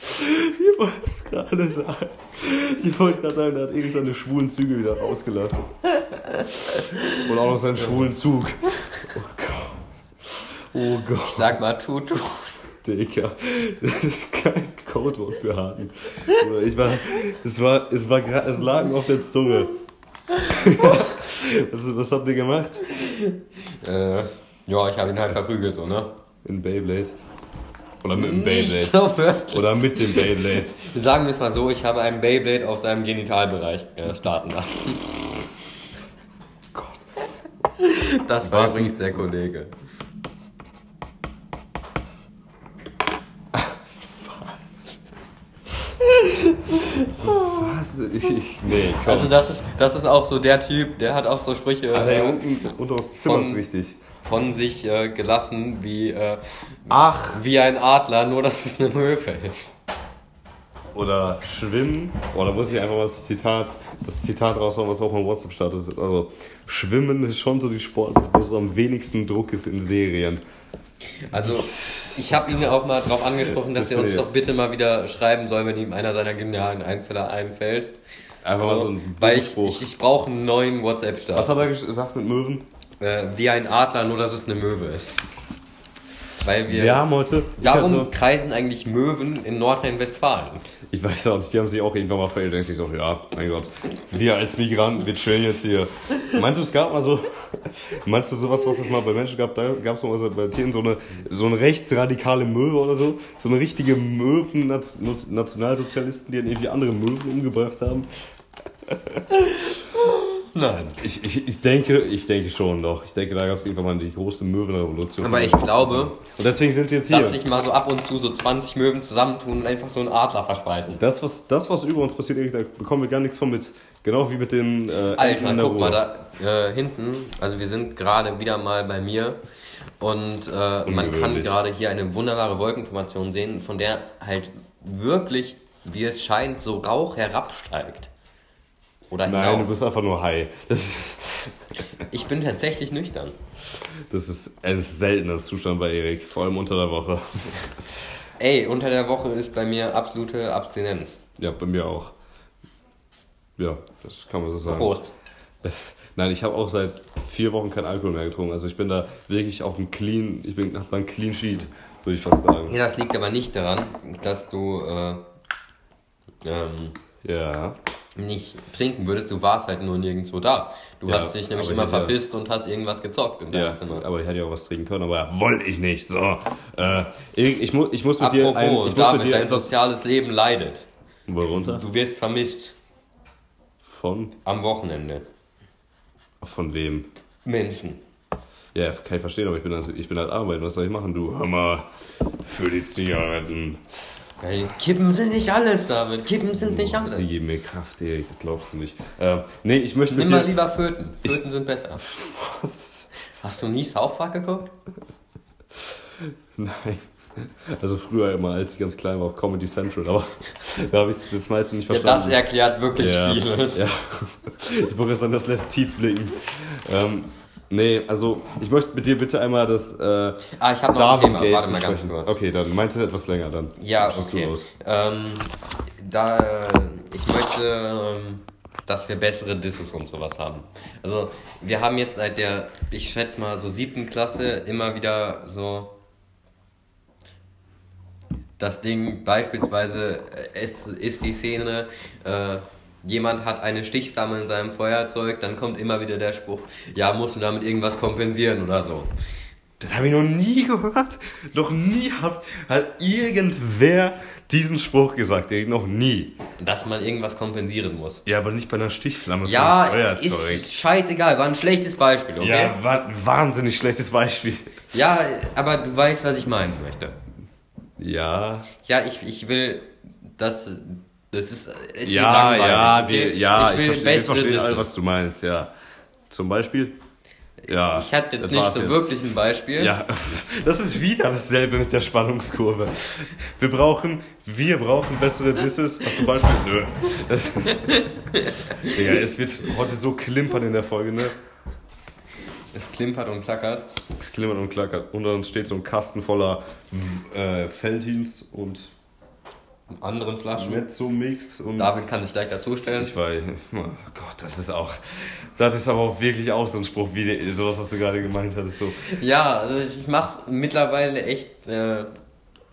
[SPEAKER 2] Ich wollte es gerade sagen. Ich wollte gerade sagen, der hat irgendwie seine schwulen Züge wieder rausgelassen. Und auch noch seinen schwulen Zug. Oh Gott. Oh Gott,
[SPEAKER 1] Sag mal, Tutu.
[SPEAKER 2] Digga. Das ist kein Codewort für Harten. Oder Ich war, es war, es war, gra- es lag mir auf der Zunge. Was, was habt ihr gemacht?
[SPEAKER 1] Äh, ja, ich habe ihn halt verprügelt, so, ne?
[SPEAKER 2] In Beyblade. Oder mit dem
[SPEAKER 1] Nicht
[SPEAKER 2] Beyblade.
[SPEAKER 1] so wirklich.
[SPEAKER 2] Oder mit dem Beyblade.
[SPEAKER 1] Sagen wir es mal so, ich habe einen Beyblade auf seinem Genitalbereich äh, starten lassen.
[SPEAKER 2] Gott.
[SPEAKER 1] Das war
[SPEAKER 2] Was?
[SPEAKER 1] übrigens der Kollege.
[SPEAKER 2] Was? Ich, ich, nee, komm.
[SPEAKER 1] Also das ist, das ist auch so der Typ, der hat auch so Sprüche
[SPEAKER 2] Alter, hier
[SPEAKER 1] äh,
[SPEAKER 2] unten unter uns Zimmer
[SPEAKER 1] Von-
[SPEAKER 2] ist wichtig.
[SPEAKER 1] von sich äh, gelassen, wie, äh,
[SPEAKER 2] Ach.
[SPEAKER 1] wie ein Adler, nur dass es eine Möwe ist.
[SPEAKER 2] Oder schwimmen. Oh, da muss ich einfach mal das Zitat, das Zitat raushauen, was auch mein WhatsApp-Status ist. Also, schwimmen ist schon so die Sportart, wo es am wenigsten Druck ist in Serien.
[SPEAKER 1] Also ich habe ihn auch mal darauf angesprochen, dass
[SPEAKER 2] Das
[SPEAKER 1] er uns
[SPEAKER 2] will
[SPEAKER 1] doch
[SPEAKER 2] jetzt.
[SPEAKER 1] bitte mal wieder schreiben soll, wenn ihm einer seiner genialen Einfälle einfällt.
[SPEAKER 2] Einfach mal so
[SPEAKER 1] So,
[SPEAKER 2] ein
[SPEAKER 1] Also, weil ich,
[SPEAKER 2] Buchspruch.
[SPEAKER 1] ich, ich brauche einen neuen WhatsApp-Start.
[SPEAKER 2] Was hat er gesagt mit Möwen?
[SPEAKER 1] äh, wie ein Adler, nur dass es eine Möwe ist. Weil wir.
[SPEAKER 2] Wir haben heute. ich
[SPEAKER 1] Darum
[SPEAKER 2] hatte-
[SPEAKER 1] kreisen eigentlich Möwen in Nordrhein-Westfalen.
[SPEAKER 2] Ich weiß auch nicht, die haben sich auch irgendwann mal verändert. Denkst du so, ja, mein Gott, wir als Migranten, wir chillen jetzt hier. Meinst du, es gab mal so, meinst du sowas, was es mal bei Menschen gab? Da gab es mal so bei Tieren so eine, so eine rechtsradikale Möwe oder so? So eine richtige Möwen-Nationalsozialisten, die dann irgendwie andere Möwen umgebracht haben?
[SPEAKER 1] Nein.
[SPEAKER 2] Ich, ich, ich denke, ich denke schon noch. Ich denke, da gab es irgendwann mal die große Möwenrevolution.
[SPEAKER 1] Aber ich glaube,
[SPEAKER 2] Und deswegen sind sie jetzt
[SPEAKER 1] dass
[SPEAKER 2] hier.
[SPEAKER 1] sich mal so ab und zu so 20 Möwen zusammentun und einfach so einen Adler verspeisen.
[SPEAKER 2] Das was, das, was über uns passiert, Erik, da bekommen wir gar nichts von mit. Genau wie mit den äh, Enten
[SPEAKER 1] Alter,
[SPEAKER 2] in der
[SPEAKER 1] guck mal,
[SPEAKER 2] Ruhr.
[SPEAKER 1] da äh, hinten, also wir sind gerade wieder mal bei mir und äh, man kann
[SPEAKER 2] Ungewöhnlich.
[SPEAKER 1] gerade hier eine wunderbare Wolkenformation sehen, von der halt wirklich, wie es scheint, so Rauch herabsteigt. Oder
[SPEAKER 2] Nein, du
[SPEAKER 1] hinauf.
[SPEAKER 2] bist einfach nur high. Das ist,
[SPEAKER 1] Ich bin tatsächlich nüchtern.
[SPEAKER 2] das ist ein seltener Zustand bei Erik, vor allem unter der Woche.
[SPEAKER 1] Ey, unter der Woche ist bei mir absolute Abstinenz.
[SPEAKER 2] Ja, bei mir auch. Ja, das kann man so sagen.
[SPEAKER 1] Prost.
[SPEAKER 2] Nein, ich habe auch seit vier Wochen keinen Alkohol mehr getrunken. Also ich bin da wirklich auf dem Clean, ich bin hab da einen Clean Sheet, würde ich fast sagen.
[SPEAKER 1] Ja, das liegt aber nicht daran, dass du äh, ähm,
[SPEAKER 2] Ja.
[SPEAKER 1] nicht trinken würdest. Du warst halt nur nirgendwo da. Du
[SPEAKER 2] Ja,
[SPEAKER 1] hast dich nämlich
[SPEAKER 2] aber
[SPEAKER 1] immer
[SPEAKER 2] ich-
[SPEAKER 1] verpisst und hast irgendwas gezockt in deinem
[SPEAKER 2] Ja,
[SPEAKER 1] Zimmer.
[SPEAKER 2] aber ich hätte ja auch was trinken können, aber ja, wollte ich nicht. So. Äh, Erik, ich, mu ich muss mit dir ein,
[SPEAKER 1] Apropos,
[SPEAKER 2] ich muss mit
[SPEAKER 1] David,
[SPEAKER 2] dir
[SPEAKER 1] dein
[SPEAKER 2] etwas.
[SPEAKER 1] soziales Leben leidet.
[SPEAKER 2] Wo runter?
[SPEAKER 1] Du wirst vermisst
[SPEAKER 2] Von?
[SPEAKER 1] am Wochenende.
[SPEAKER 2] Von wem?
[SPEAKER 1] Menschen.
[SPEAKER 2] Ja, kann ich verstehen, aber ich bin, halt, ich bin halt arbeiten. Was soll ich machen, du Hammer? Für die Zigaretten.
[SPEAKER 1] Ey, Kippen sind nicht alles, David. Kippen sind nicht
[SPEAKER 2] Boah, Sie
[SPEAKER 1] alles.
[SPEAKER 2] geben mir Kraft, Erik, das glaubst du nicht. Ähm, nee, ich möchte mit
[SPEAKER 1] Nimm mal
[SPEAKER 2] dir...
[SPEAKER 1] lieber Föten. Föten sind besser. Hast du nie South Park geguckt?
[SPEAKER 2] Nein. Also früher immer, als ich ganz klein war, auf Comedy Central, aber da habe ich das meiste nicht
[SPEAKER 1] Ja, das
[SPEAKER 2] verstanden.
[SPEAKER 1] erklärt wirklich vieles.
[SPEAKER 2] Ja. Ich wollte sagen, das lässt tief blicken. Ähm, nee, also ich möchte mit dir bitte einmal das äh,
[SPEAKER 1] Ah, ich habe noch ein Thema.
[SPEAKER 2] Darwin-Gate
[SPEAKER 1] Warte mal ganz
[SPEAKER 2] besprechen.
[SPEAKER 1] kurz.
[SPEAKER 2] Okay, dann meinst du etwas länger, dann
[SPEAKER 1] Ja,
[SPEAKER 2] schießt du
[SPEAKER 1] okay.
[SPEAKER 2] los.
[SPEAKER 1] Ähm, da, äh, ich möchte, ähm, dass wir bessere Disses und sowas haben. Also, wir haben jetzt seit der, ich schätze mal, so siebten Klasse immer wieder so. das Ding beispielsweise, äh, es ist die Szene, äh, jemand hat eine Stichflamme in seinem Feuerzeug, dann kommt immer wieder der Spruch, ja, musst du damit irgendwas kompensieren oder so.
[SPEAKER 2] Das habe ich noch nie gehört. Noch nie hat, hat irgendwer diesen Spruch gesagt. Noch nie.
[SPEAKER 1] Dass man irgendwas kompensieren muss.
[SPEAKER 2] Ja, aber nicht bei einer Stichflamme von einem
[SPEAKER 1] Ja,
[SPEAKER 2] Feuerzeug.
[SPEAKER 1] ist scheißegal, war ein schlechtes Beispiel, okay?
[SPEAKER 2] Ja, wa wahnsinnig schlechtes Beispiel.
[SPEAKER 1] Ja, aber du weißt, was ich meinen möchte.
[SPEAKER 2] Ja,
[SPEAKER 1] Ja, ich, ich will, dass das ist, es ist
[SPEAKER 2] ja,
[SPEAKER 1] langweilig.
[SPEAKER 2] ja,
[SPEAKER 1] okay?
[SPEAKER 2] wir, ja,
[SPEAKER 1] ich
[SPEAKER 2] ich,
[SPEAKER 1] will
[SPEAKER 2] verstehe, ich
[SPEAKER 1] bessere
[SPEAKER 2] verstehe all,
[SPEAKER 1] Disse.
[SPEAKER 2] was du meinst, ja. Zum Beispiel? Ja.
[SPEAKER 1] Ich hatte jetzt
[SPEAKER 2] das
[SPEAKER 1] nicht
[SPEAKER 2] war's
[SPEAKER 1] so
[SPEAKER 2] jetzt.
[SPEAKER 1] wirklich ein Beispiel.
[SPEAKER 2] Ja, das ist wieder dasselbe mit der Spannungskurve. Wir brauchen, wir brauchen bessere Disses, was zum Beispiel, nö. Digga, es wird heute so klimpern in der Folge, ne?
[SPEAKER 1] Es klimpert und klackert.
[SPEAKER 2] Es klimpert und klackert. Unter uns steht so ein Kasten voller äh, Feltins und
[SPEAKER 1] Mit anderen Flaschen.
[SPEAKER 2] Mezzo-Mix und...
[SPEAKER 1] David kann sich gleich dazustellen.
[SPEAKER 2] Ich weiß, oh Gott, das ist auch, das ist aber auch wirklich auch so ein Spruch, wie der- sowas, was du gerade gemeint hattest, so.
[SPEAKER 1] Ja, also ich mach's mittlerweile echt äh,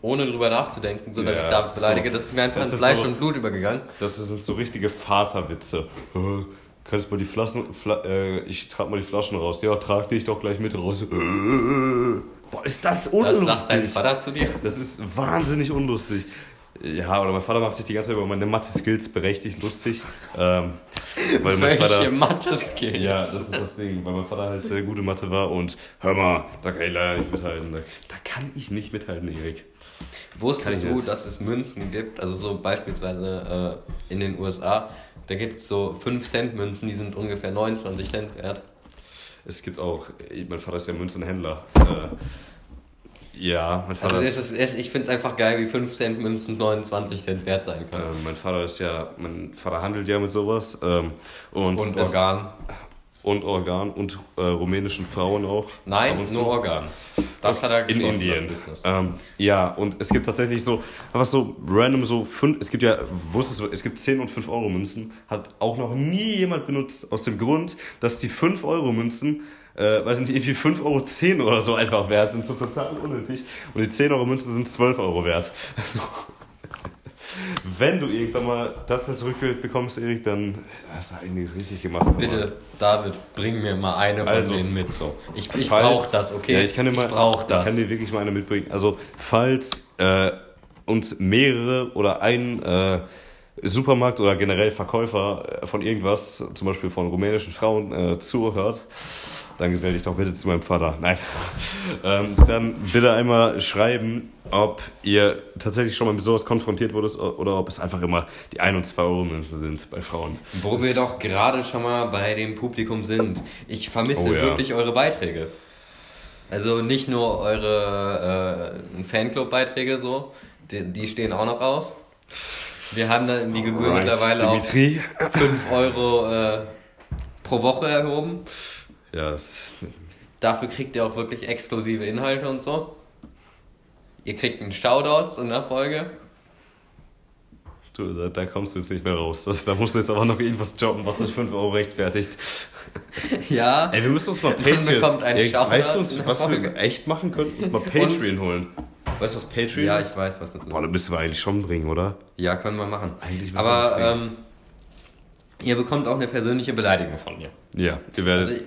[SPEAKER 1] ohne drüber nachzudenken, so dass ich
[SPEAKER 2] Ja,
[SPEAKER 1] David
[SPEAKER 2] das ist
[SPEAKER 1] beleidige.
[SPEAKER 2] so-
[SPEAKER 1] Das ist mir einfach
[SPEAKER 2] das
[SPEAKER 1] ins
[SPEAKER 2] ist
[SPEAKER 1] Fleisch
[SPEAKER 2] so-
[SPEAKER 1] und Blut übergegangen.
[SPEAKER 2] Das sind so richtige Vaterwitze. Äh, Kannst mal die Flaschen, Fla, äh, ich trag mal die Flaschen raus. Ja, trag dich doch gleich mit raus. Äh, Boah, ist das
[SPEAKER 1] Das
[SPEAKER 2] unlustig.
[SPEAKER 1] sagt dein Vater zu dir.
[SPEAKER 2] Das ist wahnsinnig unlustig. Ja, oder mein Vater macht sich die ganze Zeit über meine Mathe-Skills berechtigt lustig. Ähm, weil mein
[SPEAKER 1] Welche
[SPEAKER 2] Vater,
[SPEAKER 1] Mathe-Skills.
[SPEAKER 2] ja, das ist das Ding, weil mein Vater halt sehr gut in Mathe war und hör mal, da kann ich leider nicht mithalten. Da, da kann ich nicht mithalten, Erik. Kann
[SPEAKER 1] Wusstest
[SPEAKER 2] ich
[SPEAKER 1] du,
[SPEAKER 2] jetzt.
[SPEAKER 1] dass es Münzen gibt, also so beispielsweise äh, in den USA, da gibt es so 5-Cent-Münzen, die sind ungefähr 29 Cent wert.
[SPEAKER 2] Es gibt auch, mein Vater ist ja Münzenhändler. Äh, ja, mein Vater
[SPEAKER 1] Also es
[SPEAKER 2] ist,
[SPEAKER 1] ist, es, ich finde es einfach geil, wie 5-Cent-Münzen 29 Cent wert sein können.
[SPEAKER 2] äh, mein Vater ist ja, mein Vater handelt ja mit sowas. Ähm, und,
[SPEAKER 1] Und
[SPEAKER 2] es-
[SPEAKER 1] Organ.
[SPEAKER 2] Und Organ und äh, rumänischen Frauen auch. Ab
[SPEAKER 1] Nein,
[SPEAKER 2] und zu.
[SPEAKER 1] nur Organ. Das hat er
[SPEAKER 2] in
[SPEAKER 1] geschlossen,
[SPEAKER 2] Indien.
[SPEAKER 1] Das Business.
[SPEAKER 2] Ähm, ja, und es gibt tatsächlich so, einfach so random so fünf, es gibt ja, wusstest du, es gibt 10 und 5 Euro Münzen, hat auch noch nie jemand benutzt, aus dem Grund, dass die 5 Euro Münzen, äh, weiß nicht, irgendwie 5,10 Euro zehn oder so einfach wert sind, so total unnötig. Und die 10 Euro Münzen sind 12 Euro wert. Also, Wenn du irgendwann mal das halt zurückgebildet bekommst, Erik, dann hast du einiges richtig gemacht.
[SPEAKER 1] Bitte, David, bring mir mal eine von
[SPEAKER 2] Also,
[SPEAKER 1] denen mit. So. Ich, ich
[SPEAKER 2] Falls-
[SPEAKER 1] brauche das, okay?
[SPEAKER 2] Ja, ich kann dir mal,
[SPEAKER 1] brauch
[SPEAKER 2] Ich
[SPEAKER 1] das.
[SPEAKER 2] kann dir wirklich mal eine mitbringen. Also, falls äh, uns mehrere oder ein äh, Supermarkt oder generell Verkäufer äh, von irgendwas, zum Beispiel von rumänischen Frauen, äh, zuhört, dann gesell dich doch bitte zu meinem Vater. Nein. ähm, dann bitte einmal schreiben, ob ihr tatsächlich schon mal mit sowas konfrontiert wurdet oder ob es einfach immer die 1 und 2 Euro Münzen sind bei Frauen.
[SPEAKER 1] Wo wir doch gerade schon mal bei dem Publikum sind. Ich vermisse
[SPEAKER 2] Oh ja.
[SPEAKER 1] wirklich eure Beiträge. Also nicht nur eure äh, Fanclub-Beiträge so, die, die stehen auch noch aus. Wir haben dann die Gebühr
[SPEAKER 2] Alright,
[SPEAKER 1] mittlerweile auf
[SPEAKER 2] Dimitri.
[SPEAKER 1] 5 Euro äh, pro Woche erhoben.
[SPEAKER 2] Ja, das
[SPEAKER 1] Dafür kriegt ihr auch wirklich exklusive Inhalte und so. Ihr kriegt einen Shoutouts in der Folge.
[SPEAKER 2] Du, da, da kommst du jetzt nicht mehr raus. Das, da musst du jetzt aber noch irgendwas jobben, was das 5 Euro rechtfertigt.
[SPEAKER 1] Ja.
[SPEAKER 2] Ey, wir müssen uns mal
[SPEAKER 1] Man bekommt einen
[SPEAKER 2] Ey,
[SPEAKER 1] Shoutout
[SPEAKER 2] weißt du,
[SPEAKER 1] in
[SPEAKER 2] uns,
[SPEAKER 1] der
[SPEAKER 2] was
[SPEAKER 1] Folge.
[SPEAKER 2] wir echt machen könnten? Uns mal Patreon holen. Weißt du, was Patreon
[SPEAKER 1] Ja,
[SPEAKER 2] ist?
[SPEAKER 1] ich weiß, was das ist.
[SPEAKER 2] Boah, da müssen wir eigentlich schon bringen, oder?
[SPEAKER 1] Ja, können wir machen.
[SPEAKER 2] Eigentlich müssen
[SPEAKER 1] Aber
[SPEAKER 2] wir das
[SPEAKER 1] ähm, ihr bekommt auch eine persönliche Beleidigung von mir.
[SPEAKER 2] Ja, ihr werdet,
[SPEAKER 1] Also,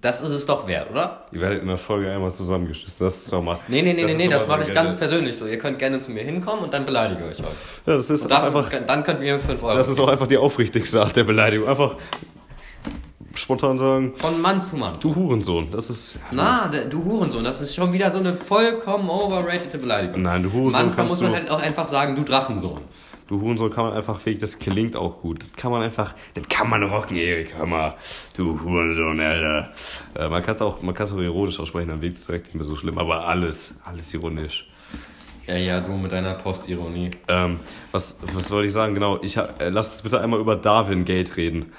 [SPEAKER 1] das ist es doch wert, oder?
[SPEAKER 2] ihr werdet in der Folge einmal zusammengeschissen. Das ist doch mal.
[SPEAKER 1] Nee, nee, nee, nee,
[SPEAKER 2] ist
[SPEAKER 1] nee,
[SPEAKER 2] doch
[SPEAKER 1] das
[SPEAKER 2] mal
[SPEAKER 1] mache ich
[SPEAKER 2] so
[SPEAKER 1] ganz
[SPEAKER 2] eine geile-
[SPEAKER 1] persönlich so. Ihr könnt gerne zu mir hinkommen und dann beleidige ich euch.
[SPEAKER 2] Ja, das ist
[SPEAKER 1] Und dann,
[SPEAKER 2] einfach.
[SPEAKER 1] dann könnt ihr mir 5 Euro.
[SPEAKER 2] Das ist auch einfach die aufrichtigste Art der Beleidigung. Einfach spontan sagen,
[SPEAKER 1] von Mann zu Mann.
[SPEAKER 2] du Hurensohn. Das ist.
[SPEAKER 1] Na, der- du Hurensohn, das ist schon wieder so eine vollkommen overratede Beleidigung.
[SPEAKER 2] Nein, du Hurensohn
[SPEAKER 1] Manchmal
[SPEAKER 2] kannst
[SPEAKER 1] muss man
[SPEAKER 2] du-
[SPEAKER 1] halt auch einfach sagen, du Drachensohn.
[SPEAKER 2] Du Hurensohn kann man einfach fähig, das klingt auch gut. Das kann man einfach, das kann man rocken, Erik, hör mal. Du Hurensohn, Alter. Äh, man kann es auch, man kann's auch ironisch aussprechen, dann wirkt es direkt nicht mehr so schlimm, aber alles, alles ironisch.
[SPEAKER 1] Ja, ja, du mit deiner Postironie.
[SPEAKER 2] Ähm, was, was wollte ich sagen? Genau, ich hab, äh, lass uns bitte einmal über Darwin Gate reden.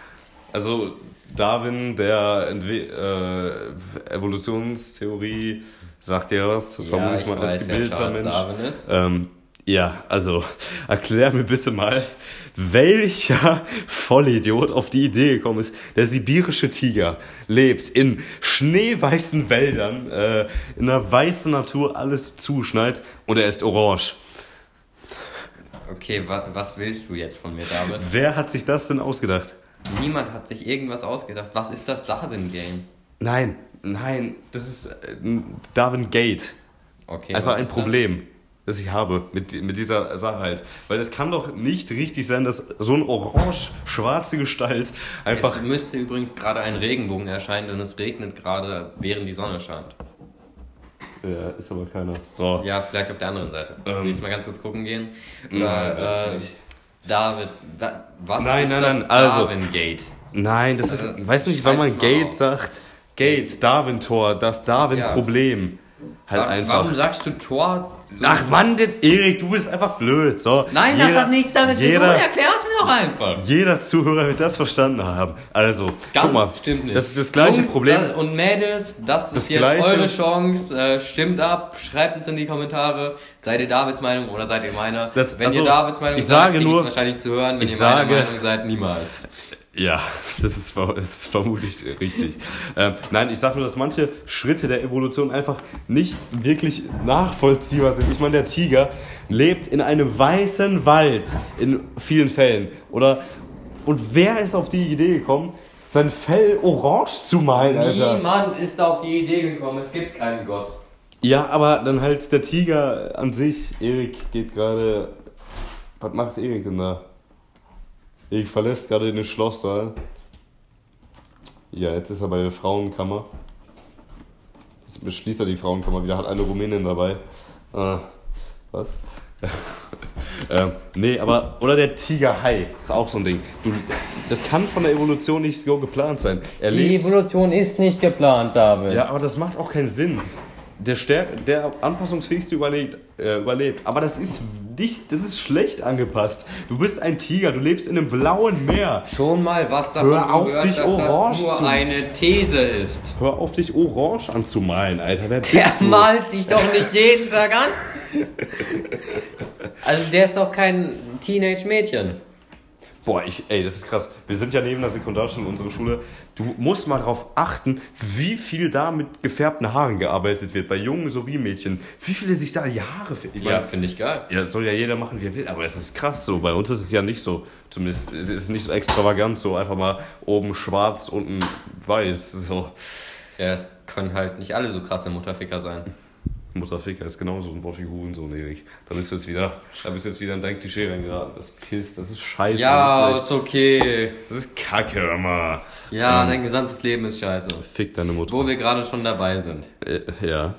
[SPEAKER 2] Also, Darwin, der Entwe äh, Evolutionstheorie, sagt dir was?
[SPEAKER 1] Ja,
[SPEAKER 2] Vermutlich
[SPEAKER 1] ich
[SPEAKER 2] mal als
[SPEAKER 1] weiß, wer
[SPEAKER 2] gebildeter
[SPEAKER 1] Charles
[SPEAKER 2] Mensch.
[SPEAKER 1] Darwin ist.
[SPEAKER 2] Ähm, ja, also erklär mir bitte mal, welcher Vollidiot auf die Idee gekommen ist, der sibirische Tiger lebt in schneeweißen Wäldern, äh, in einer weißen Natur alles zuschneit und er ist orange.
[SPEAKER 1] okay, wa was willst du jetzt von mir, David?
[SPEAKER 2] Wer hat sich das denn ausgedacht?
[SPEAKER 1] Niemand hat sich irgendwas ausgedacht. Was ist das Darwin-Game?
[SPEAKER 2] Nein, nein, das ist äh, ein Darwin Gate.
[SPEAKER 1] Okay,
[SPEAKER 2] Einfach
[SPEAKER 1] was
[SPEAKER 2] ein
[SPEAKER 1] ist
[SPEAKER 2] Problem, das? ich habe mit, mit dieser Sache halt. Weil es kann doch nicht richtig sein, dass so eine orange-schwarze Gestalt
[SPEAKER 1] Das?
[SPEAKER 2] einfach.
[SPEAKER 1] Es müsste übrigens gerade ein Regenbogen erscheinen, denn es regnet gerade, während die Sonne scheint.
[SPEAKER 2] Ja, ist aber keiner. So.
[SPEAKER 1] Ja, vielleicht auf der anderen Seite.
[SPEAKER 2] Ähm.
[SPEAKER 1] Willst du mal ganz kurz gucken gehen?
[SPEAKER 2] Nein,
[SPEAKER 1] Oder,
[SPEAKER 2] weiß
[SPEAKER 1] äh,
[SPEAKER 2] ich nicht.
[SPEAKER 1] David, da, was
[SPEAKER 2] Nein,
[SPEAKER 1] ist
[SPEAKER 2] nein,
[SPEAKER 1] das
[SPEAKER 2] nein, also-
[SPEAKER 1] Darwin-Gate?
[SPEAKER 2] Nein, das ist.
[SPEAKER 1] Äh,
[SPEAKER 2] weiß nicht, wann man
[SPEAKER 1] schreib's mal
[SPEAKER 2] Gate
[SPEAKER 1] auf.
[SPEAKER 2] sagt. Gate, Darwin-Tor, das Darwin-Problem. Halt
[SPEAKER 1] Wa-
[SPEAKER 2] einfach.
[SPEAKER 1] Warum sagst du Tor? So
[SPEAKER 2] Ach Mann, das- Erik, du bist einfach blöd. So,
[SPEAKER 1] Nein, das hat nichts damit zu tun. Erklär es mir doch einfach.
[SPEAKER 2] Jeder Zuhörer wird das verstanden haben. Also,
[SPEAKER 1] Ganz
[SPEAKER 2] guck mal,
[SPEAKER 1] stimmt nicht.
[SPEAKER 2] das ist das gleiche
[SPEAKER 1] Jungs,
[SPEAKER 2] Problem.
[SPEAKER 1] da- und Mädels, das ist
[SPEAKER 2] Das
[SPEAKER 1] jetzt
[SPEAKER 2] gleiche-
[SPEAKER 1] eure Chance. Äh, stimmt ab, schreibt uns in die Kommentare. Seid ihr Davids Meinung oder seid ihr meiner?
[SPEAKER 2] Das-
[SPEAKER 1] wenn
[SPEAKER 2] also,
[SPEAKER 1] ihr Davids Meinung
[SPEAKER 2] ich
[SPEAKER 1] seid,
[SPEAKER 2] sage
[SPEAKER 1] krieg
[SPEAKER 2] nur-
[SPEAKER 1] ich's wahrscheinlich zu hören. Wenn
[SPEAKER 2] ich
[SPEAKER 1] ihr meiner
[SPEAKER 2] sage-
[SPEAKER 1] Meinung seid, niemals.
[SPEAKER 2] Ja, das ist, ver- das ist vermutlich richtig. ähm, nein, ich sage nur, dass manche Schritte der Evolution einfach nicht wirklich nachvollziehbar sind. Ich meine, der Tiger lebt in einem weißen Wald in vielen Fällen. Oder und wer ist auf die Idee gekommen, sein Fell orange zu malen, Alter?
[SPEAKER 1] Niemand ist auf die Idee gekommen. Es gibt keinen Gott.
[SPEAKER 2] Ja, aber dann halt der Tiger an sich. Erik geht gerade. Was macht Erik denn da? Erik verlässt gerade den Schlosssaal. Ja, jetzt ist er bei der Frauenkammer. Jetzt beschließt er die Frauenkammer wieder, hat eine Rumänin dabei. Äh, was? ähm, nee, aber. Oder der Tigerhai. Ist auch so ein Ding. Du, das kann von der Evolution nicht so geplant sein. Er
[SPEAKER 3] Die
[SPEAKER 2] lebt-
[SPEAKER 3] Evolution ist nicht geplant, David.
[SPEAKER 2] ja, aber das macht auch keinen Sinn. Der, stärk der anpassungsfähigste überlebt, äh, überlebt. Aber das ist nicht, das ist schlecht angepasst. Du bist ein Tiger, du lebst in einem blauen Meer.
[SPEAKER 1] Schon mal was davon
[SPEAKER 2] Hör auf,
[SPEAKER 1] gehört,
[SPEAKER 2] dich
[SPEAKER 1] dass das
[SPEAKER 2] orange
[SPEAKER 1] nur
[SPEAKER 2] zu-
[SPEAKER 1] eine These ist.
[SPEAKER 2] Hör auf, dich orange anzumalen, Alter. Wer bist
[SPEAKER 1] Der
[SPEAKER 2] du?
[SPEAKER 1] malt sich doch nicht jeden Tag an. Also der ist doch kein Teenage-Mädchen.
[SPEAKER 2] Boah, ich, ey, das ist krass. Wir sind ja neben der Sekundarschule in unserer Schule. Du musst mal darauf achten, wie viel da mit gefärbten Haaren gearbeitet wird, bei Jungen sowie Mädchen. Wie viele sich da die Haare färben. Ich
[SPEAKER 1] Ja,
[SPEAKER 2] meine,
[SPEAKER 1] finde ich geil.
[SPEAKER 2] Ja, das soll ja jeder machen, wie er will, aber es ist krass so. Bei uns ist es ja nicht so. Zumindest es ist nicht so extravagant, so einfach mal oben schwarz, unten weiß. So.
[SPEAKER 1] Ja, das können halt nicht alle so krasse Mutterficker sein.
[SPEAKER 2] Mutterficker ist genauso ein Wort wie Hurensohn, Erik. Da bist du jetzt wieder, da bist du jetzt wieder in dein Klischee reingeraten. Das pisst, das ist scheiße.
[SPEAKER 1] Ja,
[SPEAKER 2] das, ist
[SPEAKER 1] ist okay.
[SPEAKER 2] echt, das ist kacke, hör mal.
[SPEAKER 1] Ja,
[SPEAKER 2] Ähm.
[SPEAKER 1] dein gesamtes Leben ist scheiße.
[SPEAKER 2] Fick deine Mutter.
[SPEAKER 1] Wo wir gerade schon dabei sind.
[SPEAKER 2] Äh, ja.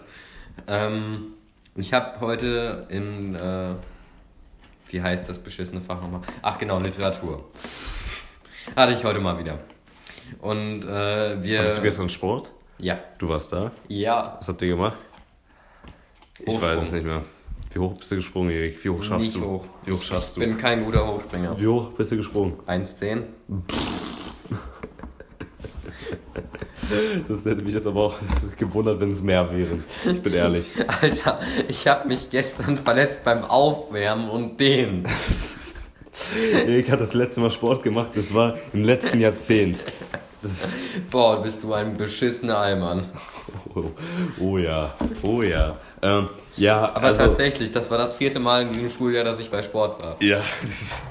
[SPEAKER 1] Ähm, ich habe heute in, äh, wie heißt das beschissene Fach nochmal? Ach genau, Literatur. Hatte ich heute mal wieder. Und äh, wir...
[SPEAKER 2] Hattest du gestern Sport?
[SPEAKER 1] Ja.
[SPEAKER 2] Du warst da.
[SPEAKER 1] Ja.
[SPEAKER 2] Was habt ihr gemacht? Ich
[SPEAKER 1] Hochsprung.
[SPEAKER 2] weiß es nicht mehr. Wie hoch bist du gesprungen, Erik? Wie hoch
[SPEAKER 1] nicht
[SPEAKER 2] schaffst du?
[SPEAKER 1] hoch.
[SPEAKER 2] Wie hoch schaffst
[SPEAKER 1] Ich bin
[SPEAKER 2] du?
[SPEAKER 1] kein guter Hochspringer.
[SPEAKER 2] Wie hoch bist du gesprungen?
[SPEAKER 1] 1,10.
[SPEAKER 2] Das hätte mich jetzt aber auch gewundert, wenn es mehr wären. Ich bin ehrlich.
[SPEAKER 1] Alter, ich habe mich gestern verletzt beim Aufwärmen und Dehnen.
[SPEAKER 2] Erik hat das letzte Mal Sport gemacht, das war im letzten Jahrzehnt. Das,
[SPEAKER 1] Boah, bist du ein beschissener Allmann.
[SPEAKER 2] oh, oh ja, oh ja. Ähm, ja,
[SPEAKER 1] Aber tatsächlich, das war das vierte Mal in diesem Schuljahr, dass ich bei Sport war.
[SPEAKER 2] Ja, das, ist-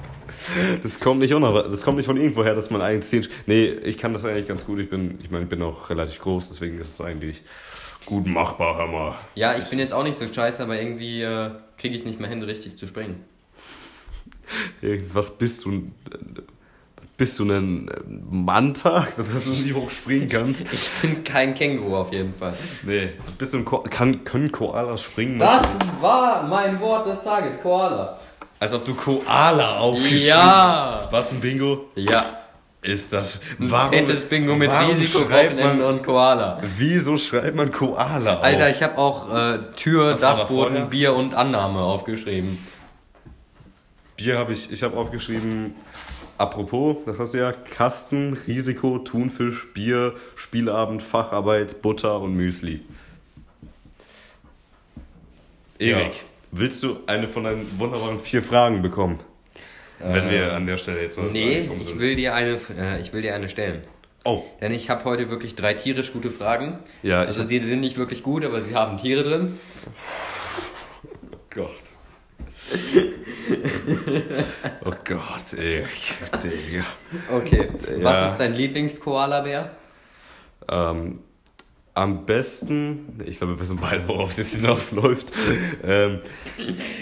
[SPEAKER 2] das kommt nicht unerwartet. Das kommt nicht von irgendwoher, dass man eigentlich zehn. Nee, ich kann das eigentlich ganz gut. Ich bin, ich meine, ich bin auch relativ groß, deswegen ist es eigentlich gut machbar, hör mal.
[SPEAKER 1] Ja, ich bin jetzt auch nicht so scheiße, aber irgendwie äh, kriege ich nicht mehr hin, richtig zu springen.
[SPEAKER 2] Erik, Was bist du? äh, Bist du ein äh, Manta, dass du nicht hoch springen kannst?
[SPEAKER 1] Ich bin kein Känguru auf jeden Fall.
[SPEAKER 2] Nee, bist du ein Ko kann, können Koalas springen?
[SPEAKER 1] Das war mein Wort des Tages, Koala.
[SPEAKER 2] Als ob du Koala aufgeschrieben
[SPEAKER 1] Ja.
[SPEAKER 2] Was ein Bingo
[SPEAKER 1] Ja,
[SPEAKER 2] ist das.
[SPEAKER 1] fettes Bingo mit
[SPEAKER 2] warum
[SPEAKER 1] Risiko,
[SPEAKER 2] schreibt
[SPEAKER 1] Wochenenden
[SPEAKER 2] man,
[SPEAKER 1] und Koala.
[SPEAKER 2] Wieso schreibt man Koala auf?
[SPEAKER 1] Alter, ich habe auch äh, Tür,
[SPEAKER 2] war da vorher?
[SPEAKER 1] Dachboden, Bier und Annahme aufgeschrieben.
[SPEAKER 2] Bier habe ich, ich habe aufgeschrieben, apropos, das hast du ja, Kasten, Risiko, Thunfisch, Bier, Spielabend, Facharbeit, Butter und Müsli. Erik,
[SPEAKER 1] Ja.
[SPEAKER 2] willst du eine von deinen wunderbaren vier Fragen bekommen? Wenn wir an der Stelle jetzt mal
[SPEAKER 1] Äh, Nee,
[SPEAKER 2] angekommen
[SPEAKER 1] ich
[SPEAKER 2] sind.
[SPEAKER 1] will dir eine, äh, ich will dir eine stellen.
[SPEAKER 2] Oh,
[SPEAKER 1] Denn ich habe heute wirklich drei tierisch gute Fragen.
[SPEAKER 2] Ja, ich
[SPEAKER 1] also
[SPEAKER 2] hab-
[SPEAKER 1] die sind nicht wirklich gut, aber sie haben Tiere drin.
[SPEAKER 2] Gott. Oh Gott, ey. Digga.
[SPEAKER 1] Okay.
[SPEAKER 2] Ja.
[SPEAKER 1] Was ist dein Lieblings-Koala-Bär?
[SPEAKER 2] Ähm, am besten, ich glaube, wir wissen beide, worauf es jetzt hinausläuft. Ähm,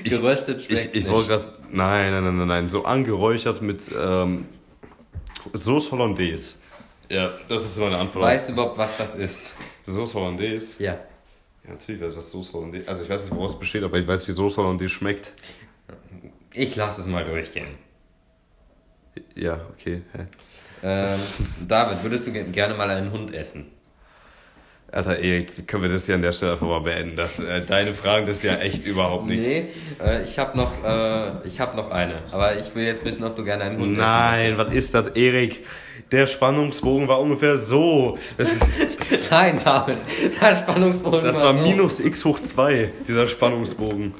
[SPEAKER 2] ich,
[SPEAKER 1] Geröstet
[SPEAKER 2] ich,
[SPEAKER 1] schmeckt
[SPEAKER 2] ich
[SPEAKER 1] nicht.
[SPEAKER 2] wollte gerade, nein, nein, nein, nein, nein, so angeräuchert mit ähm, Sauce Hollandaise. Ja, das ist meine Antwort.
[SPEAKER 1] Weißt du überhaupt, was das ist?
[SPEAKER 2] Sauce Hollandaise?
[SPEAKER 1] Ja.
[SPEAKER 2] Ja, natürlich weiß ich, was Sauce Hollandaise Also ich weiß nicht, woraus es besteht, aber ich weiß, wie Sauce Hollandaise schmeckt.
[SPEAKER 1] Ich lasse es mal durchgehen.
[SPEAKER 2] Ja, okay. Hä?
[SPEAKER 1] Ähm, David, würdest du ge- gerne mal einen Hund essen?
[SPEAKER 2] Alter, Erik, können wir das hier an der Stelle einfach mal beenden? Das, äh, deine Fragen, das ist ja echt überhaupt nichts.
[SPEAKER 1] Äh, ich habe noch, äh, ich hab noch eine. Aber ich will jetzt wissen, ob du gerne einen Hund
[SPEAKER 2] Nein,
[SPEAKER 1] essen
[SPEAKER 2] was ist das, Erik? Der Spannungsbogen war ungefähr so. Das, ist,
[SPEAKER 1] möchtest. Nein, David. Der Spannungsbogen
[SPEAKER 2] das war
[SPEAKER 1] so.
[SPEAKER 2] minus x hoch 2, dieser Spannungsbogen.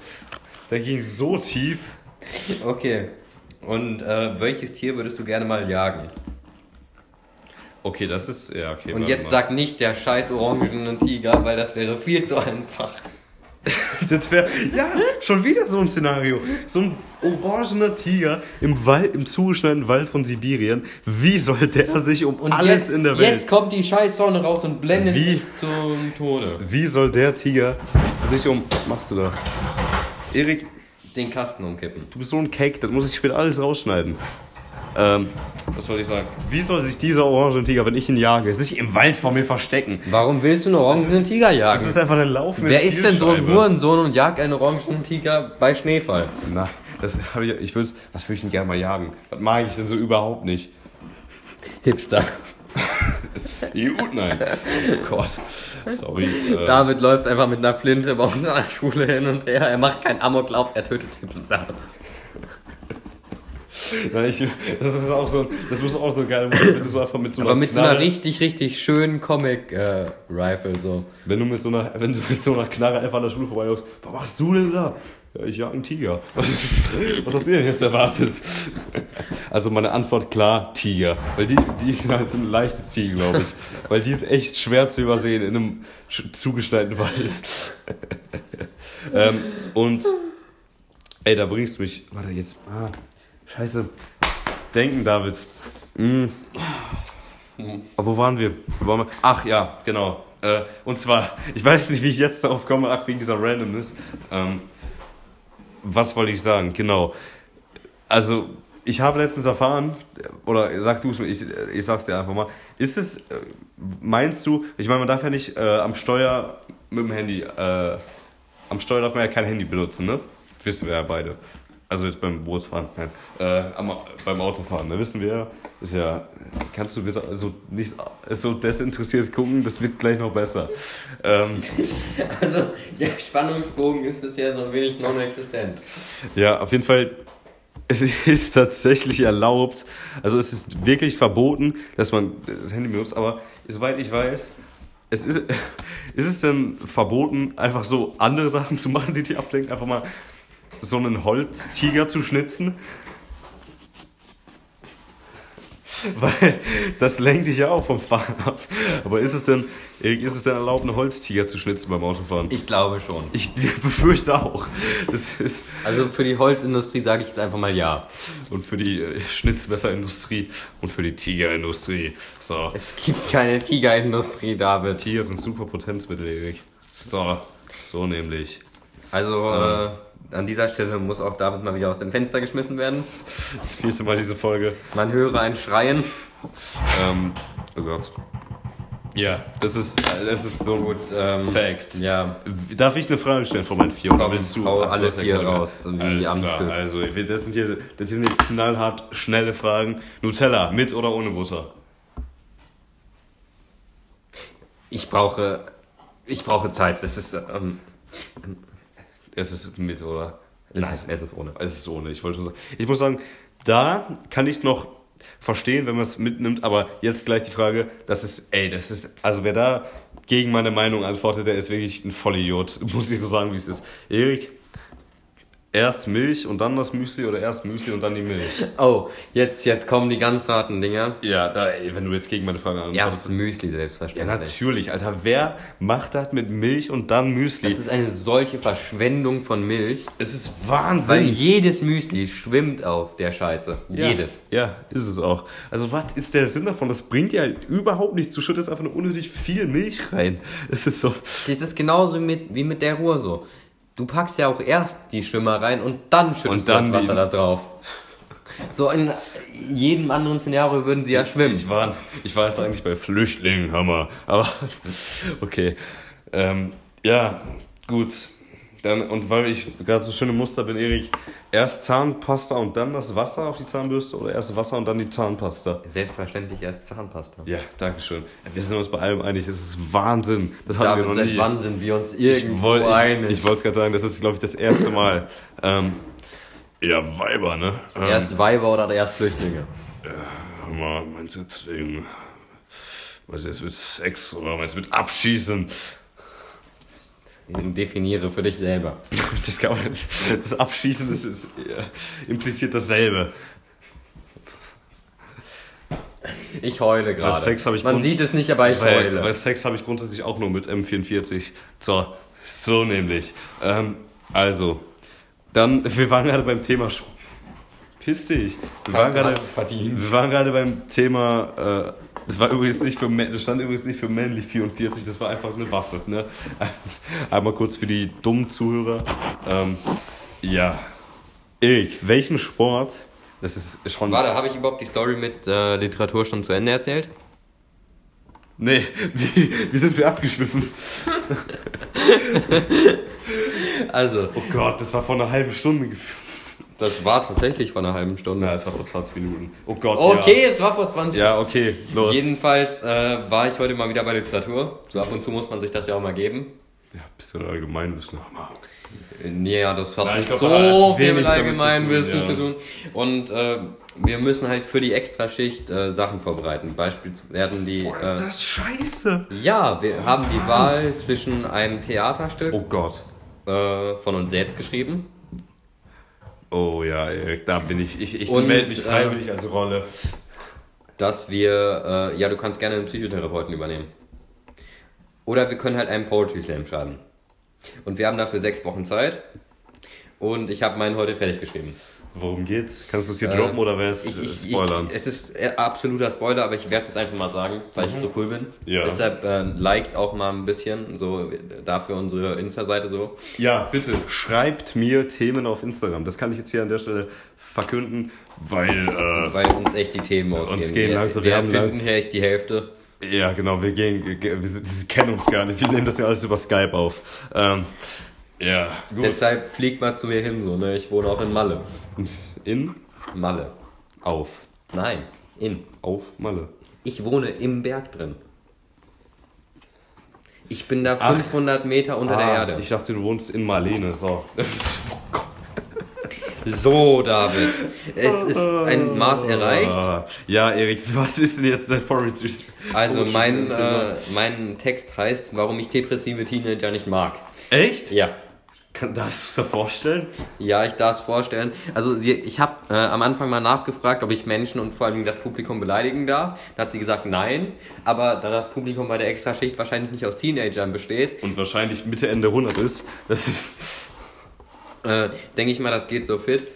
[SPEAKER 2] Der ging so tief.
[SPEAKER 1] Okay. Und äh, welches Tier würdest du gerne mal jagen?
[SPEAKER 2] Okay, das ist. Ja, okay.
[SPEAKER 1] Und
[SPEAKER 2] warte
[SPEAKER 1] jetzt
[SPEAKER 2] mal.
[SPEAKER 1] sag nicht der scheiß orangenen Tiger, weil das wäre viel zu einfach.
[SPEAKER 2] Das wäre. Ja, schon wieder so ein Szenario. So ein orangener Tiger im Wald, im zugeschneiten Wald von Sibirien. Wie soll der sich um
[SPEAKER 1] Und
[SPEAKER 2] alles
[SPEAKER 1] jetzt,
[SPEAKER 2] in der Welt.
[SPEAKER 1] Jetzt kommt die scheiß Sonne raus und blendet
[SPEAKER 2] Wie?
[SPEAKER 1] dich zum Tode.
[SPEAKER 2] Wie soll der Tiger sich um. Was machst du da? Erik,
[SPEAKER 1] Den Kasten umkippen.
[SPEAKER 2] Du bist so ein Cake, das muss ich später alles rausschneiden. Ähm, was wollte ich sagen? Wie soll sich dieser orangene Tiger, wenn ich ihn jage, sich im Wald vor mir verstecken?
[SPEAKER 1] Warum willst du einen orangenen Tiger
[SPEAKER 2] Das
[SPEAKER 1] jagen?
[SPEAKER 2] ist einfach ein Lauf mit
[SPEAKER 1] Wer ist denn so ein
[SPEAKER 2] Zielscheibe.
[SPEAKER 1] Hurensohn und jagt einen orangenen Tiger bei Schneefall?
[SPEAKER 2] Na, das habe ich. Ich würde. Was würde ich denn gerne mal jagen? Was mag ich denn so überhaupt nicht?
[SPEAKER 1] Hipster.
[SPEAKER 2] Gut, nein. Oh Gott. Sorry. Äh,
[SPEAKER 1] David läuft einfach mit einer Flinte bei uns an der Schule hin und her. Er macht keinen Amoklauf, er tötet Hipster.
[SPEAKER 2] nein, ich, das ist auch so. Das muss auch so geil sein, wenn du so einfach mit so einer.
[SPEAKER 1] Aber mit so einer
[SPEAKER 2] Knarre-
[SPEAKER 1] richtig, richtig schönen Comic-Rifle äh, so.
[SPEAKER 2] Wenn du mit so einer, wenn du mit so einer Knarre einfach an der Schule vorbeiläufst, was machst du denn da? Ja, ich jag einen Tiger. Was, was habt ihr denn jetzt erwartet? Also meine Antwort klar, Tiger. Weil die, die sind halt ein leichtes Ziel, glaube ich. Weil die sind echt schwer zu übersehen in einem sch- zugeschneiten Wald. ähm, und ey, da bringst du mich. Warte, jetzt. Ah, scheiße. Denken, David. Mm. Aber Ah, Wo waren wir? Wo waren wir? Ach ja, genau. Äh, und zwar, ich weiß nicht, wie ich jetzt darauf komme, ach, wegen dieser Randomness. Ähm, was wollte ich sagen? Genau. Also, ich habe letztens erfahren, äh, oder sag du es mir, ich, äh, ich sag's dir einfach mal. Ist es, äh, meinst du, ich meine, man darf ja nicht äh, am Steuer mit dem Handy, äh, am Steuer darf man ja kein Handy benutzen, ne? Wissen wir ja beide. Also jetzt beim Bootsfahren, nein. Äh, am, beim Autofahren, ne? Wissen wir ja. Ist ja, kannst du bitte so nicht so desinteressiert gucken, das wird gleich noch besser. Ähm,
[SPEAKER 1] Also, der Spannungsbogen ist bisher so ein wenig non-existent.
[SPEAKER 2] Ja, auf jeden Fall. Es ist tatsächlich erlaubt. Also es ist wirklich verboten, dass man das Handy benutzt. Aber soweit ich weiß, es ist, ist es denn verboten, einfach so andere Sachen zu machen, die dich ablenken? Einfach mal so einen Holztiger zu schnitzen? Weil das lenkt dich ja auch vom Fahren ab. Aber ist es denn, ist es denn erlaubt, einen Holztiger zu schnitzen beim Autofahren?
[SPEAKER 1] Ich glaube schon.
[SPEAKER 2] Ich befürchte auch. Das ist...
[SPEAKER 1] Also für die Holzindustrie sage ich jetzt einfach mal ja.
[SPEAKER 2] Und für die äh, Schnitzmesserindustrie und für die Tigerindustrie. So.
[SPEAKER 1] Es gibt keine Tigerindustrie, David.
[SPEAKER 2] Tiger sind super Potenzmittel, Erik. So. So nämlich.
[SPEAKER 1] Also äh, an dieser Stelle muss auch David mal wieder aus dem Fenster geschmissen werden.
[SPEAKER 2] Das vierte Mal diese Folge.
[SPEAKER 1] Man höre ein Schreien.
[SPEAKER 2] Ähm, oh Gott. Ja, das ist, äh, das ist so
[SPEAKER 1] Gut,
[SPEAKER 2] gut.
[SPEAKER 1] ähm,
[SPEAKER 2] Fact.
[SPEAKER 1] ja.
[SPEAKER 2] W- Darf ich eine Frage stellen von meinen vier?
[SPEAKER 1] Komm, hau alle
[SPEAKER 2] hast ja
[SPEAKER 1] vier
[SPEAKER 2] keine-
[SPEAKER 1] raus, wie
[SPEAKER 2] Alles
[SPEAKER 1] am
[SPEAKER 2] klar.
[SPEAKER 1] Stück.
[SPEAKER 2] Also, wir- das sind hier das sind hier knallhart schnelle Fragen. Nutella, mit oder ohne Butter?
[SPEAKER 1] Ich brauche, ich brauche Zeit. Das ist, ähm,
[SPEAKER 2] Es ist mit, oder? Es
[SPEAKER 1] nein,
[SPEAKER 2] ist-
[SPEAKER 1] es ist ohne.
[SPEAKER 2] Also Es ist ohne, ich wollte schon sagen. Ich muss sagen, da kann ich es noch verstehen, wenn man es mitnimmt, aber jetzt gleich die Frage, das ist, ey, das ist, also wer da gegen meine Meinung antwortet, der ist wirklich ein Vollidiot, muss ich so sagen, wie es ist. Erik, Erst Milch und dann das Müsli oder erst Müsli und dann die Milch?
[SPEAKER 1] Oh, jetzt, jetzt kommen die ganz harten Dinger.
[SPEAKER 2] Ja, da, ey, wenn du jetzt gegen meine Frage antwortest.
[SPEAKER 1] Ja, das Müsli
[SPEAKER 2] Ja,
[SPEAKER 1] selbstverständlich.
[SPEAKER 2] natürlich, Alter. Wer macht das mit Milch und dann Müsli?
[SPEAKER 1] das ist eine solche Verschwendung von Milch,
[SPEAKER 2] es ist
[SPEAKER 1] weil
[SPEAKER 2] Wahnsinn.
[SPEAKER 1] jedes Müsli schwimmt auf der Scheiße.
[SPEAKER 2] Ja.
[SPEAKER 1] Jedes.
[SPEAKER 2] Ja, ist es auch. Also, was ist der Sinn davon? Das bringt ja überhaupt nichts. Du schüttest einfach nur unnötig viel Milch rein. Es ist so.
[SPEAKER 1] Das ist genauso mit, wie mit der Ruhr so. Du packst ja auch erst die Schwimmer rein und dann schüttest
[SPEAKER 2] Und dann
[SPEAKER 1] du das Wasser
[SPEAKER 2] die-
[SPEAKER 1] da drauf. So in jedem anderen Szenario würden sie ja schwimmen.
[SPEAKER 2] Ich war, ich war jetzt eigentlich bei Flüchtlingen, Hammer. Aber okay. Ähm, ja, gut. Dann, und weil ich gerade so schöne Muster bin, Erik, erst Zahnpasta und dann das Wasser auf die Zahnbürste oder erst Wasser und dann die Zahnpasta?
[SPEAKER 1] Selbstverständlich erst Zahnpasta.
[SPEAKER 2] Ja, danke schön. Wir sind uns bei allem einig, es ist Wahnsinn. Das hatten
[SPEAKER 1] David,
[SPEAKER 2] wir noch
[SPEAKER 1] seit
[SPEAKER 2] nie.
[SPEAKER 1] wann sind wir uns
[SPEAKER 2] Ich
[SPEAKER 1] irgendwo
[SPEAKER 2] wollte
[SPEAKER 1] einig?
[SPEAKER 2] ich, ich es gerade sagen, das ist, glaube ich, das erste Mal. ähm, ja, Weiber, ne? Ähm,
[SPEAKER 1] erst Weiber oder erst Flüchtlinge?
[SPEAKER 2] Hammer, meinst du jetzt wegen. Meinst du jetzt mit Sex oder meinst du mit Abschießen?
[SPEAKER 1] Definiere für dich selber.
[SPEAKER 2] Das, kann man, das Abschießen das ist, äh, impliziert dasselbe.
[SPEAKER 1] Ich heule gerade.
[SPEAKER 2] Sex hab ich
[SPEAKER 1] Man
[SPEAKER 2] grund-
[SPEAKER 1] sieht es nicht, aber ich
[SPEAKER 2] Weil,
[SPEAKER 1] heule.
[SPEAKER 2] weil Sex habe ich grundsätzlich auch nur mit M44. So, so nämlich. Ähm, also, dann, wir waren gerade beim Thema. Sch Piss dich. Wir waren
[SPEAKER 1] Du
[SPEAKER 2] gerade.
[SPEAKER 1] hast es verdient.
[SPEAKER 2] Wir waren gerade beim Thema. Äh, das war übrigens nicht für mä- das stand übrigens nicht für männlich 44, das war einfach eine Waffe. Ne? Einmal kurz für die dummen Zuhörer. Ähm, ja. Erik, welchen Sport? Das ist schon.
[SPEAKER 1] Warte, habe ich überhaupt die Story mit äh, Literatur schon zu Ende erzählt?
[SPEAKER 2] Nee, wie, wie sind wir abgeschwiffen?
[SPEAKER 1] Also,
[SPEAKER 2] Oh Gott, das war vor einer halben Stunde gefühlt.
[SPEAKER 1] das war tatsächlich vor einer halben Stunde.
[SPEAKER 2] Ja, das war vor 20 Minuten. Oh Gott.
[SPEAKER 1] Okay, es war vor 20
[SPEAKER 2] Ja, ja okay, los.
[SPEAKER 1] Jedenfalls äh, war ich heute mal wieder bei Literatur. So ab und zu muss man sich das ja auch mal geben. Äh,
[SPEAKER 2] ja, bisschen Allgemeinwissen. Hammer.
[SPEAKER 1] Nee, ja, das hat
[SPEAKER 2] Ja, ich
[SPEAKER 1] nicht
[SPEAKER 2] glaub,
[SPEAKER 1] so
[SPEAKER 2] hat
[SPEAKER 1] viel mit
[SPEAKER 2] wenig damit zu
[SPEAKER 1] Allgemeinwissen zu
[SPEAKER 2] tun,
[SPEAKER 1] tun. Und äh, wir müssen halt für die Extraschicht äh, Sachen vorbereiten. Beispielsweise werden die.
[SPEAKER 2] Boah, ist
[SPEAKER 1] Äh,
[SPEAKER 2] das scheiße.
[SPEAKER 1] ja, wir haben die Wahl zwischen einem Theaterstück
[SPEAKER 2] Oh Gott.
[SPEAKER 1] äh, von uns selbst geschrieben.
[SPEAKER 2] Oh ja, Erik, da bin ich. Ich, ich
[SPEAKER 1] Und,
[SPEAKER 2] melde mich
[SPEAKER 1] äh,
[SPEAKER 2] freiwillig als Rolle.
[SPEAKER 1] dass wir, äh, ja, du kannst gerne einen Psychotherapeuten übernehmen. Oder wir können halt einen Poetry Slam schaden. Und wir haben dafür sechs Wochen Zeit. Und ich habe meinen heute fertig geschrieben.
[SPEAKER 2] Worum geht's? Kannst du es hier droppen oder wäre es
[SPEAKER 1] Ich,
[SPEAKER 2] äh,
[SPEAKER 1] ich,
[SPEAKER 2] Spoilern?
[SPEAKER 1] Ich, es ist äh, absoluter Spoiler, aber ich werde es jetzt einfach mal sagen, weil ich so cool bin.
[SPEAKER 2] Ja.
[SPEAKER 1] Deshalb äh, liked auch mal ein bisschen, so äh, dafür unsere Insta-Seite so.
[SPEAKER 2] ja, bitte. Schreibt mir Themen auf Instagram. Das kann ich jetzt hier an der Stelle verkünden, weil. Äh,
[SPEAKER 1] Weil uns echt die Themen ausgehen.
[SPEAKER 2] gehen
[SPEAKER 1] wir,
[SPEAKER 2] langsam- wir
[SPEAKER 1] wir
[SPEAKER 2] haben lang-
[SPEAKER 1] finden hier echt die Hälfte.
[SPEAKER 2] ja, genau, wir gehen. Wir, wir, wir kennen uns gar nicht. Wir nehmen das ja alles über Skype auf. Ähm, ja, gut.
[SPEAKER 1] Deshalb fliegt mal zu mir hin so, ne? Ich wohne auch in Malle.
[SPEAKER 2] In,
[SPEAKER 1] Malle.
[SPEAKER 2] auf.
[SPEAKER 1] Nein, in.
[SPEAKER 2] Auf Malle.
[SPEAKER 1] Ich wohne im Berg drin. Ich bin da
[SPEAKER 2] Ach.
[SPEAKER 1] 500 Meter unter der
[SPEAKER 2] Ah,
[SPEAKER 1] Erde.
[SPEAKER 2] Ich dachte, du wohnst in Marlene. So.
[SPEAKER 1] so, David. Es ist ein Maß erreicht.
[SPEAKER 2] Ah, Ja, Erik, was ist denn jetzt dein Porridge?
[SPEAKER 1] Also
[SPEAKER 2] Porridge-
[SPEAKER 1] mein,
[SPEAKER 2] Thema?
[SPEAKER 1] äh, mein Text heißt, warum ich depressive Teenager nicht mag.
[SPEAKER 2] Echt?
[SPEAKER 1] Ja.
[SPEAKER 2] Kann, darfst du es dir vorstellen?
[SPEAKER 1] Ja, ich darf es vorstellen. Also sie, ich habe äh, am Anfang mal nachgefragt, ob ich Menschen und vor allem das Publikum beleidigen darf. Da hat sie gesagt, nein. Aber da das Publikum bei der Extraschicht wahrscheinlich nicht aus Teenagern besteht,
[SPEAKER 2] Und wahrscheinlich Mitte, Ende 100 ist. Das ist
[SPEAKER 1] äh, denke ich mal, das geht so fit.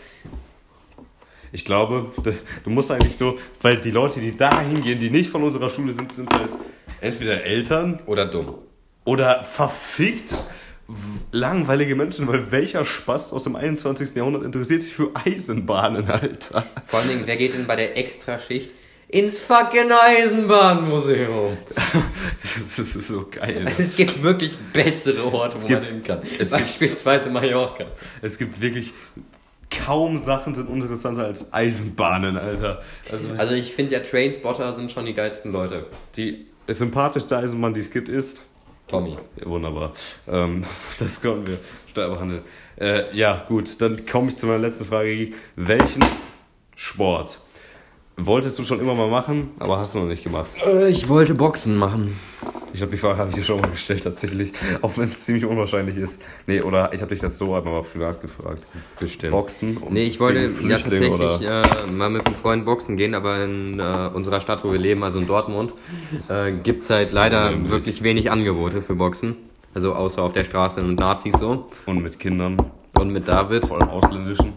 [SPEAKER 2] ich glaube, das- du musst eigentlich nur, weil die Leute, die da hingehen, die nicht von unserer Schule sind, sind halt entweder Eltern
[SPEAKER 1] Oder dumm.
[SPEAKER 2] oder verfickt w- langweilige Menschen, weil welcher Spaß aus dem 21. Jahrhundert interessiert sich für Eisenbahnen, Alter?
[SPEAKER 1] Vor allen Dingen, wer geht denn bei der Extraschicht ins fucking Eisenbahnmuseum?
[SPEAKER 2] Das ist so geil. ne?
[SPEAKER 1] Also es gibt wirklich bessere Orte, wo man
[SPEAKER 2] gibt-
[SPEAKER 1] hin kann. Beispielsweise Mallorca.
[SPEAKER 2] Es gibt wirklich kaum Sachen sind uninteressanter als Eisenbahnen, Alter. Also
[SPEAKER 1] Also ich finde ja Trainspotter sind schon die geilsten Leute.
[SPEAKER 2] die sympathischste Eisenbahn, die es gibt, ist
[SPEAKER 1] Tommy.
[SPEAKER 2] Ja, wunderbar. Ähm, das konnten wir schnell behandeln. Äh, ja, gut, dann komme ich zu meiner letzten Frage. Welchen Sport Wolltest du schon immer mal machen, aber hast du noch nicht gemacht.
[SPEAKER 1] Äh, Ich wollte Boxen machen.
[SPEAKER 2] Ich glaube, die Frage habe ich dir schon mal gestellt, tatsächlich. Auch wenn es ziemlich unwahrscheinlich ist. Nee, oder ich habe dich das so einmal mal privat gefragt.
[SPEAKER 1] Bestimmt.
[SPEAKER 2] Boxen? und
[SPEAKER 1] Nee, ich wollte
[SPEAKER 2] wegen
[SPEAKER 1] ja
[SPEAKER 2] Flüchtlinge
[SPEAKER 1] tatsächlich äh, mal mit einem Freund boxen gehen, aber in äh, unserer Stadt, wo wir leben, also in Dortmund, äh, gibt's halt leider
[SPEAKER 2] nämlich.
[SPEAKER 1] wirklich wenig Angebote für Boxen. Also außer auf der Straße und Nazis so.
[SPEAKER 2] Und mit Kindern,
[SPEAKER 1] Und mit David
[SPEAKER 2] vor allem ausländischen.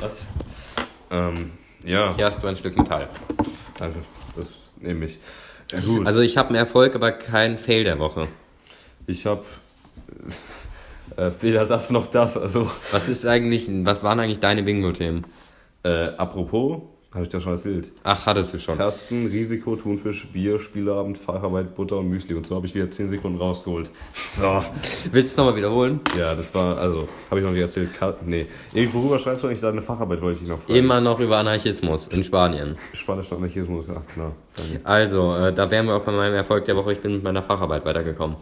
[SPEAKER 2] Was? Ähm, ja,
[SPEAKER 1] hier hast du ein Stück Metall.
[SPEAKER 2] danke. Das nehme ich. Ja, gut.
[SPEAKER 1] Also ich habe einen Erfolg, aber keinen Fail der Woche.
[SPEAKER 2] ich habe äh, weder das noch das. Also,
[SPEAKER 1] Was ist eigentlich, was waren eigentlich deine Bingo-Themen?
[SPEAKER 2] äh, apropos, habe ich dir schon erzählt.
[SPEAKER 1] Ach, hattest du schon.
[SPEAKER 2] Kersten, Risiko, Thunfisch, Bier, Spielabend, Facharbeit, Butter und Müsli. Und so habe ich wieder 10 Sekunden rausgeholt. So.
[SPEAKER 1] Willst du nochmal wiederholen?
[SPEAKER 2] Ja, das war, also, habe ich noch nicht erzählt. Ka nee. Erik, worüber schreibst du eigentlich deine Facharbeit, wollte ich noch fragen.
[SPEAKER 1] Immer noch über Anarchismus in Spanien.
[SPEAKER 2] Spanischer Anarchismus, ach, genau. Danke.
[SPEAKER 1] Also, äh, da wären wir auch bei meinem Erfolg der Woche. Ich bin mit meiner Facharbeit weitergekommen.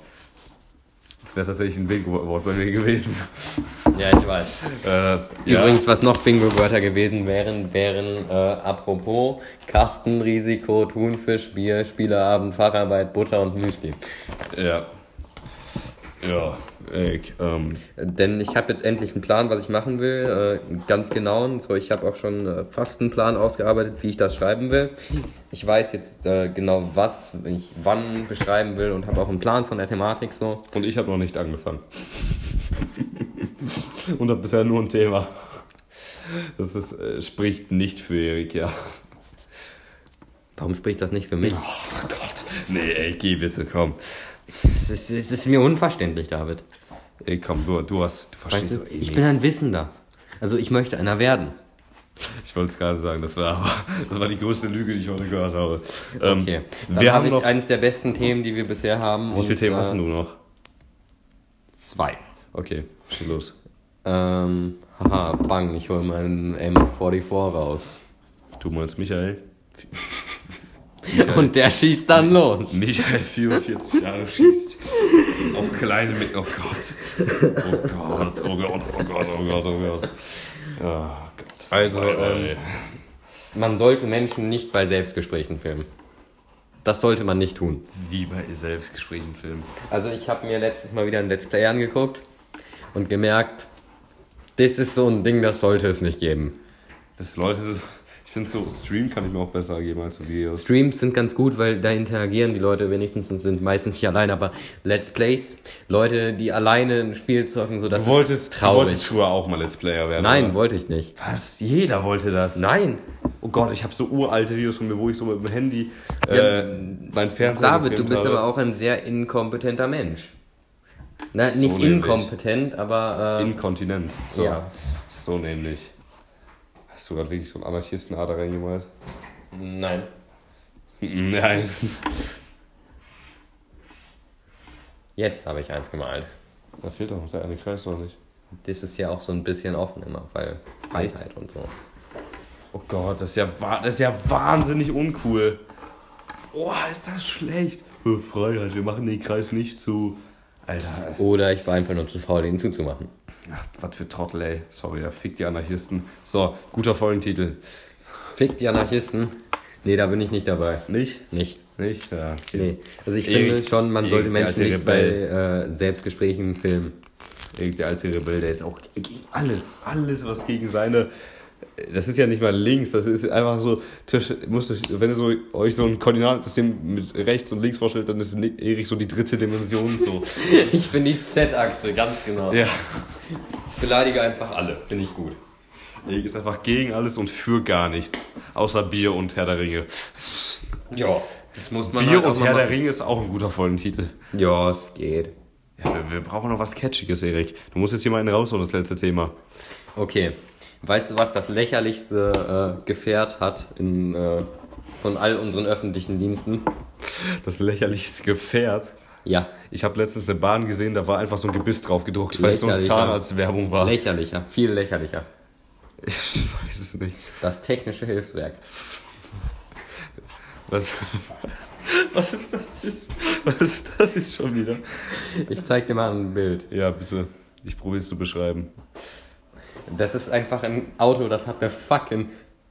[SPEAKER 2] Das wäre tatsächlich ein Bingo-Wort bei mir gewesen.
[SPEAKER 1] Ja, ich weiß.
[SPEAKER 2] Äh,
[SPEAKER 1] Übrigens, was noch Bingo-Wörter gewesen wären, wären äh, apropos Kastenrisiko, Thunfisch, Bier, Spieleabend, Facharbeit, Butter und Müsli.
[SPEAKER 2] Ja. Ja, Erik, ähm,
[SPEAKER 1] Äh, Denn ich habe jetzt endlich einen Plan, was ich machen will, äh, einen ganz genauen. So, ich habe auch schon äh, fast einen Plan ausgearbeitet, wie ich das schreiben will. Ich weiß jetzt äh, genau, was ich wann beschreiben will und habe auch einen Plan von der Thematik so.
[SPEAKER 2] und ich habe noch nicht angefangen. und habe bisher nur ein Thema. Das ist, äh, spricht nicht für Erik, ja.
[SPEAKER 1] Warum spricht das nicht für mich?
[SPEAKER 2] Oh Gott. Nee, ey, geh bitte, komm.
[SPEAKER 1] Es ist, es ist mir unverständlich, David.
[SPEAKER 2] Ey, komm, du, du hast, du verstehst
[SPEAKER 1] Weißt du,
[SPEAKER 2] doch eh
[SPEAKER 1] ich bin
[SPEAKER 2] nichts.
[SPEAKER 1] ein Wissender. Also ich möchte einer werden.
[SPEAKER 2] Ich wollte es gerade sagen, das war aber, das war die größte Lüge, die ich heute gehört habe. Ähm,
[SPEAKER 1] Okay. Dann
[SPEAKER 2] Wir
[SPEAKER 1] habe
[SPEAKER 2] haben
[SPEAKER 1] ich
[SPEAKER 2] noch.
[SPEAKER 1] eines der besten Themen, die wir bisher haben. äh,
[SPEAKER 2] Wie viele Themen hast denn du noch?
[SPEAKER 1] Zwei.
[SPEAKER 2] Okay, schieß los.
[SPEAKER 1] Ähm, haha, bang, ich hole meinen M44 raus.
[SPEAKER 2] Du meinst Michael?
[SPEAKER 1] Und der schießt dann los.
[SPEAKER 2] Michael, 44 Jahre, schießt auf kleine mit. Oh Gott. Oh Gott, oh Gott, oh Gott, oh Gott, oh Gott. Ja, Gott.
[SPEAKER 1] Also,
[SPEAKER 2] Ei, ei,
[SPEAKER 1] ähm,
[SPEAKER 2] ei.
[SPEAKER 1] Man sollte Menschen nicht bei Selbstgesprächen filmen. Das sollte man nicht tun.
[SPEAKER 2] Wie bei Selbstgesprächen filmen.
[SPEAKER 1] Also ich habe mir letztes Mal wieder ein Let's Play angeguckt und gemerkt, das ist so ein Ding, das sollte es nicht geben.
[SPEAKER 2] Das Leute, so- ich finde so, Stream kann ich mir auch besser geben als so Videos.
[SPEAKER 1] Streams sind ganz gut, weil da interagieren die Leute wenigstens und sind meistens nicht allein, aber Let's Plays, Leute, die alleine ein Spiel zocken, so das
[SPEAKER 2] Du wolltest,
[SPEAKER 1] ist
[SPEAKER 2] du
[SPEAKER 1] traurig.
[SPEAKER 2] wolltest früher auch mal Let's Player werden.
[SPEAKER 1] Nein,
[SPEAKER 2] oder?
[SPEAKER 1] wollte ich nicht.
[SPEAKER 2] Was? Jeder wollte das.
[SPEAKER 1] Nein,
[SPEAKER 2] Oh Gott, ich habe so uralte Videos von mir, wo ich so mit dem Handy äh, mein Fernseher
[SPEAKER 1] David, du
[SPEAKER 2] gefilmt
[SPEAKER 1] bist
[SPEAKER 2] habe.
[SPEAKER 1] aber auch ein sehr inkompetenter Mensch. Na,
[SPEAKER 2] So
[SPEAKER 1] nicht
[SPEAKER 2] nämlich.
[SPEAKER 1] inkompetent, aber äh,
[SPEAKER 2] Inkontinent. So.
[SPEAKER 1] ja.
[SPEAKER 2] So nämlich. Hast du gerade wirklich so einen Anarchistenader reingemalt?
[SPEAKER 1] Nein.
[SPEAKER 2] Nein.
[SPEAKER 1] Jetzt habe ich eins gemalt.
[SPEAKER 2] Da fehlt doch noch der eine Kreis noch nicht.
[SPEAKER 1] Das ist ja auch so ein bisschen offen immer, weil Freiheit und so.
[SPEAKER 2] Oh Gott, das ist ja, wa- das ist ja wahnsinnig uncool. Oh, ist das schlecht. Äh, Freiheit, wir machen den Kreis nicht zu. Alter.
[SPEAKER 1] Oder ich war einfach nur zu faul, den zuzumachen.
[SPEAKER 2] Ach, was für Trottel, ey. Sorry, da fick die Anarchisten. So, guter Folgentitel.
[SPEAKER 1] Fick die Anarchisten. Nee, da bin ich nicht dabei.
[SPEAKER 2] Nicht?
[SPEAKER 1] Nicht.
[SPEAKER 2] Nicht? Ja.
[SPEAKER 1] Nee. Also ich
[SPEAKER 2] Erik-
[SPEAKER 1] finde schon, man
[SPEAKER 2] Erik,
[SPEAKER 1] sollte
[SPEAKER 2] der
[SPEAKER 1] Menschen
[SPEAKER 2] alte
[SPEAKER 1] nicht bei äh, Selbstgesprächen filmen.
[SPEAKER 2] Erik, der alte Rebell, der ist auch gegen alles, alles, was gegen seine. Das ist ja nicht mal links, das ist einfach so. Tisch, musst du, wenn ihr so, euch so ein Koordinatensystem mit rechts und links vorstellt, dann ist Nick- Erik so die dritte Dimension. So.
[SPEAKER 1] Ich bin die Z-Achse, ganz genau.
[SPEAKER 2] ja.
[SPEAKER 1] Ich beleidige einfach alle. Finde ich gut.
[SPEAKER 2] Erik ist einfach gegen alles und für gar nichts. Außer Bier und Herr der Ringe.
[SPEAKER 1] Ja, das muss man
[SPEAKER 2] Bier
[SPEAKER 1] halt auch
[SPEAKER 2] und
[SPEAKER 1] mal
[SPEAKER 2] Herr der
[SPEAKER 1] machen.
[SPEAKER 2] Ringe ist auch ein guter vollen Titel.
[SPEAKER 1] Ja, es geht.
[SPEAKER 2] Ja, wir, wir brauchen noch was Catchiges, Erik. Du musst jetzt hier mal einen raushauen, das letzte Thema.
[SPEAKER 1] Okay. Weißt du, was das lächerlichste äh, Gefährt hat in, äh, von all unseren öffentlichen Diensten?
[SPEAKER 2] Das lächerlichste Gefährt.
[SPEAKER 1] Ja,
[SPEAKER 2] Ich habe letztens eine Bahn gesehen, da war einfach so ein Gebiss drauf gedruckt, weil es so eine
[SPEAKER 1] Lächerlich, ja.
[SPEAKER 2] Zahnarztwerbung war.
[SPEAKER 1] lächerlicher, viel lächerlicher.
[SPEAKER 2] Ich weiß es nicht.
[SPEAKER 1] Das technische Hilfswerk.
[SPEAKER 2] Was, was ist das jetzt? Was ist das jetzt schon wieder?
[SPEAKER 1] Ich zeig dir mal ein Bild.
[SPEAKER 2] Ja, bitte. Ich probiere es zu beschreiben.
[SPEAKER 1] Das ist einfach ein Auto, das hat eine fucking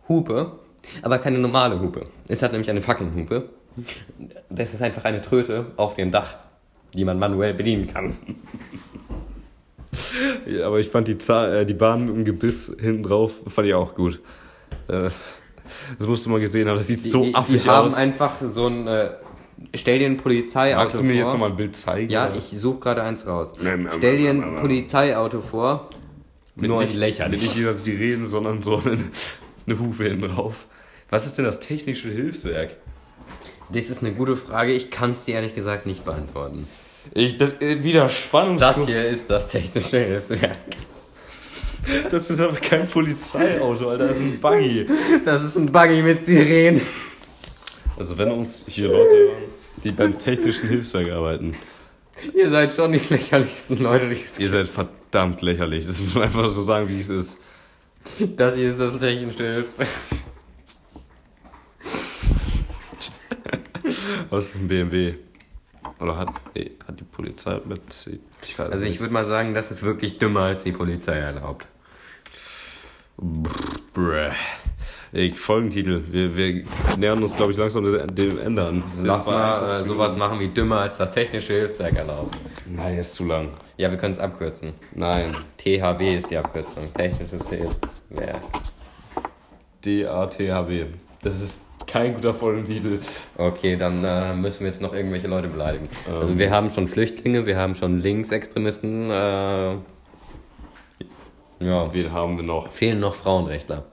[SPEAKER 1] Hupe Aber keine normale Hupe. Es hat nämlich eine fucking Hupe. Das ist einfach eine Tröte auf dem Dach, die man manuell bedienen kann.
[SPEAKER 2] Ja, aber ich fand die, Zahl, äh, die Bahn mit dem Gebiss hinten drauf, fand ich auch gut. Äh, das musst du mal gesehen haben, das sieht
[SPEAKER 1] Die,
[SPEAKER 2] so
[SPEAKER 1] die,
[SPEAKER 2] affig
[SPEAKER 1] die haben
[SPEAKER 2] aus.
[SPEAKER 1] einfach so ein. Äh, stell dir ein Polizeiauto
[SPEAKER 2] Magst du mir
[SPEAKER 1] vor.
[SPEAKER 2] jetzt nochmal ein Bild zeigen?
[SPEAKER 1] ja, ich suche gerade eins raus.
[SPEAKER 2] Nein, nein,
[SPEAKER 1] Stell dir
[SPEAKER 2] nein, nein,
[SPEAKER 1] ein
[SPEAKER 2] nein.
[SPEAKER 1] Polizeiauto vor.
[SPEAKER 2] mit
[SPEAKER 1] nur
[SPEAKER 2] nicht,
[SPEAKER 1] ein lächerlich.
[SPEAKER 2] Mit nicht dass die reden, sondern so eine, eine Hupe hinten drauf. Was ist denn das technische Hilfswerk?
[SPEAKER 1] Das ist eine gute Frage. Ich kann es dir ehrlich gesagt nicht beantworten.
[SPEAKER 2] Ich, das, äh, wieder Spannungs
[SPEAKER 1] Das hier ist das technische Hilfswerk.
[SPEAKER 2] Das ist aber kein Polizeiauto, Alter, das ist ein Buggy.
[SPEAKER 1] Das ist ein Buggy mit Sirenen.
[SPEAKER 2] Also wenn uns hier Leute hören, die beim technischen Hilfswerk arbeiten,
[SPEAKER 1] Ihr seid schon die lächerlichsten Leute, die es
[SPEAKER 2] ihr seid verdammt lächerlich. Das muss man einfach so sagen, wie es ist.
[SPEAKER 1] Das hier ist das technische Hilfswerk.
[SPEAKER 2] Aus dem BMW. Oder hat, nee, hat die Polizei mit... Ich weiß
[SPEAKER 1] Also ich würde mal sagen, das ist wirklich dümmer, als die Polizei erlaubt.
[SPEAKER 2] Bruh. Ey, Folgentitel. Wir, wir nähern uns, glaube ich, langsam dem Ende an.
[SPEAKER 1] Lass mal äh, sowas machen wie dümmer, als das technische Hilfswerk erlaubt.
[SPEAKER 2] Nein, ist zu lang.
[SPEAKER 1] Ja, wir können es abkürzen.
[SPEAKER 2] Nein.
[SPEAKER 1] THW ist die Abkürzung. Technisches Hilfswerk.
[SPEAKER 2] D-A-T-H-W. Das ist kein guter Folgentitel.
[SPEAKER 1] Okay, dann äh, müssen wir jetzt noch irgendwelche Leute beleidigen. Also wir haben schon Flüchtlinge, wir haben schon Linksextremisten. Äh, ja,
[SPEAKER 2] Wen haben wir noch?
[SPEAKER 1] fehlen noch Frauenrechtler.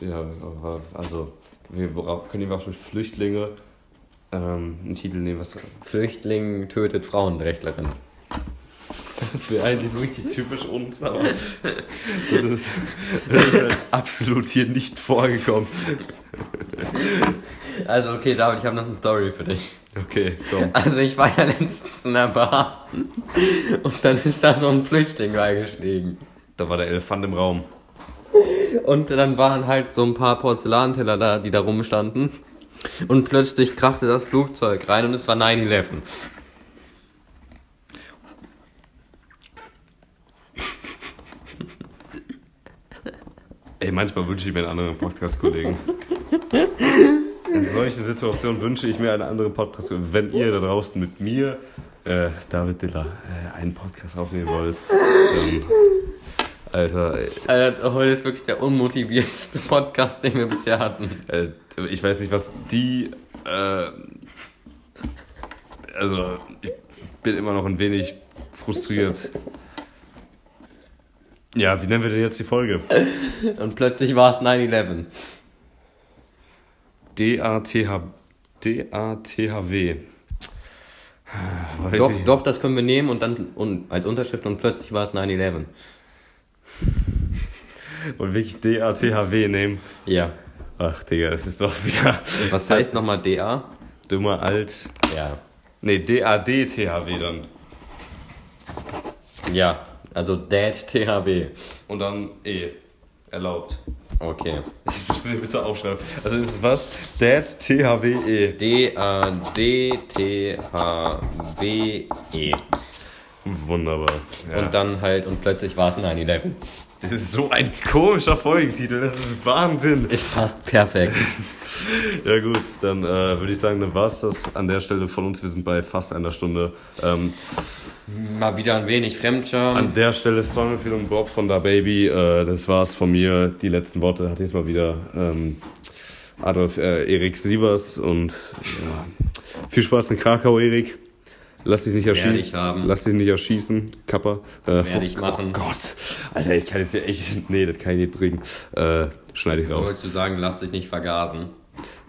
[SPEAKER 2] Ja, aber also, wir brauchen- können wir auch mit Flüchtlinge ähm, einen Titel nehmen, was
[SPEAKER 1] Flüchtling tötet Frauenrechtlerin.
[SPEAKER 2] das wäre eigentlich so richtig typisch uns, aber das ist, das ist halt absolut hier nicht vorgekommen.
[SPEAKER 1] Also okay, David, ich habe noch eine Story für dich.
[SPEAKER 2] Okay, komm.
[SPEAKER 1] Also ich war ja letztens in der Bar und dann ist da so ein Flüchtling reingestiegen.
[SPEAKER 2] Da war der Elefant im Raum.
[SPEAKER 1] Und dann waren halt so ein paar Porzellanteller da, die da rumstanden. Und plötzlich krachte das Flugzeug rein und es war 9-11.
[SPEAKER 2] Ey, manchmal wünsche ich mir einen anderen Podcast-Kollegen. In solchen Situationen wünsche ich mir einen anderen Podcast. Wenn ihr da draußen mit mir, äh, David Diller, äh, einen Podcast aufnehmen wollt, dann, Alter, ey,
[SPEAKER 1] Alter, heute ist Also, wirklich der unmotivierteste Podcast, den wir bisher hatten.
[SPEAKER 2] äh, ich weiß nicht, was die. Äh, also, ich bin immer noch ein wenig frustriert. Ja, wie nennen wir denn jetzt die Folge?
[SPEAKER 1] Und plötzlich war es 9-11.
[SPEAKER 2] D-A-T-H. D-A-T-H-W. Weiß
[SPEAKER 1] Doch,
[SPEAKER 2] nicht.
[SPEAKER 1] doch, das können wir nehmen und dann und, als Unterschrift und plötzlich war es 9-11.
[SPEAKER 2] Und wirklich D-A-T-H-W nehmen.
[SPEAKER 1] Ja.
[SPEAKER 2] Ach, Digga, das ist doch wieder
[SPEAKER 1] Was heißt nochmal DA?
[SPEAKER 2] dümmer alt.
[SPEAKER 1] Ja.
[SPEAKER 2] Nee, D-A-D-T-H-W dann.
[SPEAKER 1] Ja. Also Dad THW.
[SPEAKER 2] Und dann E. Erlaubt.
[SPEAKER 1] Okay.
[SPEAKER 2] Das musst du dir bitte aufschreiben. Also ist es was? Dad T-H-W-E.
[SPEAKER 1] D A D T H W E.
[SPEAKER 2] Wunderbar. Ja.
[SPEAKER 1] Und dann halt und plötzlich war es 9-11.
[SPEAKER 2] Das ist so ein komischer Folgentitel. Das ist Wahnsinn.
[SPEAKER 1] Es passt perfekt.
[SPEAKER 2] Ja gut, dann äh, würde ich sagen, dann war es das an der Stelle von uns. Wir sind bei fast einer Stunde. Ähm,
[SPEAKER 1] Mal wieder ein wenig
[SPEAKER 2] An
[SPEAKER 1] Fremdscham.
[SPEAKER 2] der Stelle Sonnenfield und Bob von Da Baby. Äh, das war's von mir. Die letzten Worte hat jetzt mal wieder ähm, Adolf äh, Erik Sievers und ja, viel Spaß in Krakau, Erik. Lass dich nicht erschießen.
[SPEAKER 1] ich haben.
[SPEAKER 2] Lass dich nicht erschießen, Kappa. Äh,
[SPEAKER 1] Werde ich machen.
[SPEAKER 2] Oh Gott. Alter, ich kann jetzt hier echt. Nee, das kann ich nicht bringen. Äh, schneide ich raus.
[SPEAKER 1] Wolltest du sagen, lass dich nicht vergasen.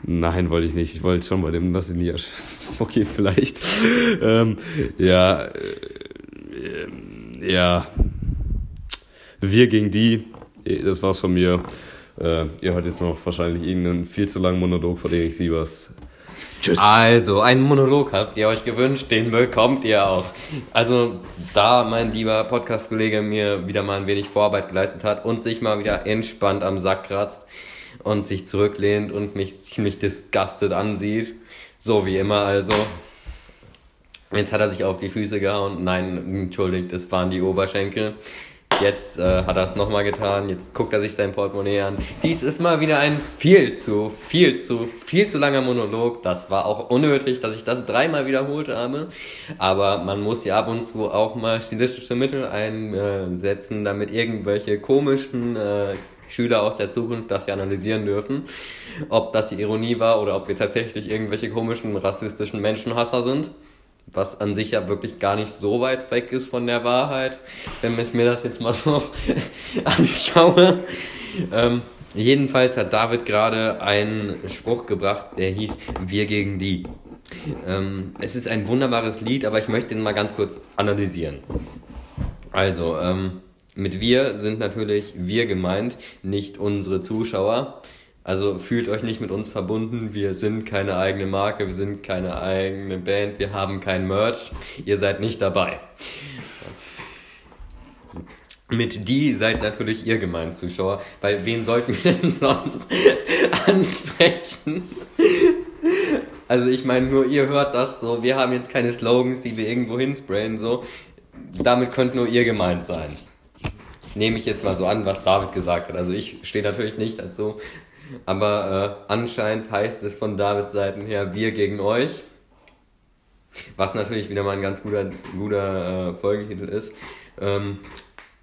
[SPEAKER 2] Nein, wollte ich nicht. Ich wollte schon bei dem, dass ich nie ersch- Okay, vielleicht. ähm, ja. Äh, ähm, ja. Wir gegen die. Eh, Das war's von mir. Äh, ihr hört jetzt noch wahrscheinlich irgendeinen viel zu langen Monolog von Erik Sievers. Ah, Tschüss.
[SPEAKER 1] Also, einen Monolog habt ihr euch gewünscht, den bekommt ihr auch. Also, da mein lieber Podcast-Kollege mir wieder mal ein wenig Vorarbeit geleistet hat und sich mal wieder entspannt am Sack kratzt und sich zurücklehnt und mich ziemlich disgusted ansieht, so wie immer also. Jetzt hat er sich auf die Füße gehauen. Nein, entschuldigt, es waren die Oberschenkel. Jetzt äh, hat er es nochmal getan, jetzt guckt er sich sein Portemonnaie an. Dies ist mal wieder ein viel zu, viel zu, viel zu langer Monolog. Das war auch unnötig, dass ich das dreimal wiederholt habe. Aber man muss ja ab und zu auch mal stilistische Mittel einsetzen, damit irgendwelche komischen äh, Schüler aus der Zukunft das ja analysieren dürfen, ob das die Ironie war oder ob wir tatsächlich irgendwelche komischen, rassistischen Menschenhasser sind was an sich ja wirklich gar nicht so weit weg ist von der Wahrheit, wenn ich mir das jetzt mal so anschaue. Ähm, jedenfalls hat David gerade einen Spruch gebracht, der hieß Wir gegen die. Ähm, es ist ein wunderbares Lied, aber ich möchte ihn mal ganz kurz analysieren. Also, ähm, mit wir sind natürlich wir gemeint, nicht unsere Zuschauer. Also fühlt euch nicht mit uns verbunden. Wir sind keine eigene Marke, wir sind keine eigene Band, wir haben kein Merch. Ihr seid nicht dabei. Mit die seid natürlich ihr gemeint, Zuschauer, weil wen sollten wir denn sonst ansprechen? Also ich meine, nur ihr hört das so, wir haben jetzt keine Slogans, die wir irgendwo hinsprayen, so. Damit könnt nur ihr gemeint sein. Nehme ich jetzt mal so an, was David gesagt hat. Also ich stehe natürlich nicht dazu, aber äh, anscheinend heißt es von Davids Seiten her wir gegen euch. Was natürlich wieder mal ein ganz guter, guter äh, Folgentitel ist. Ähm,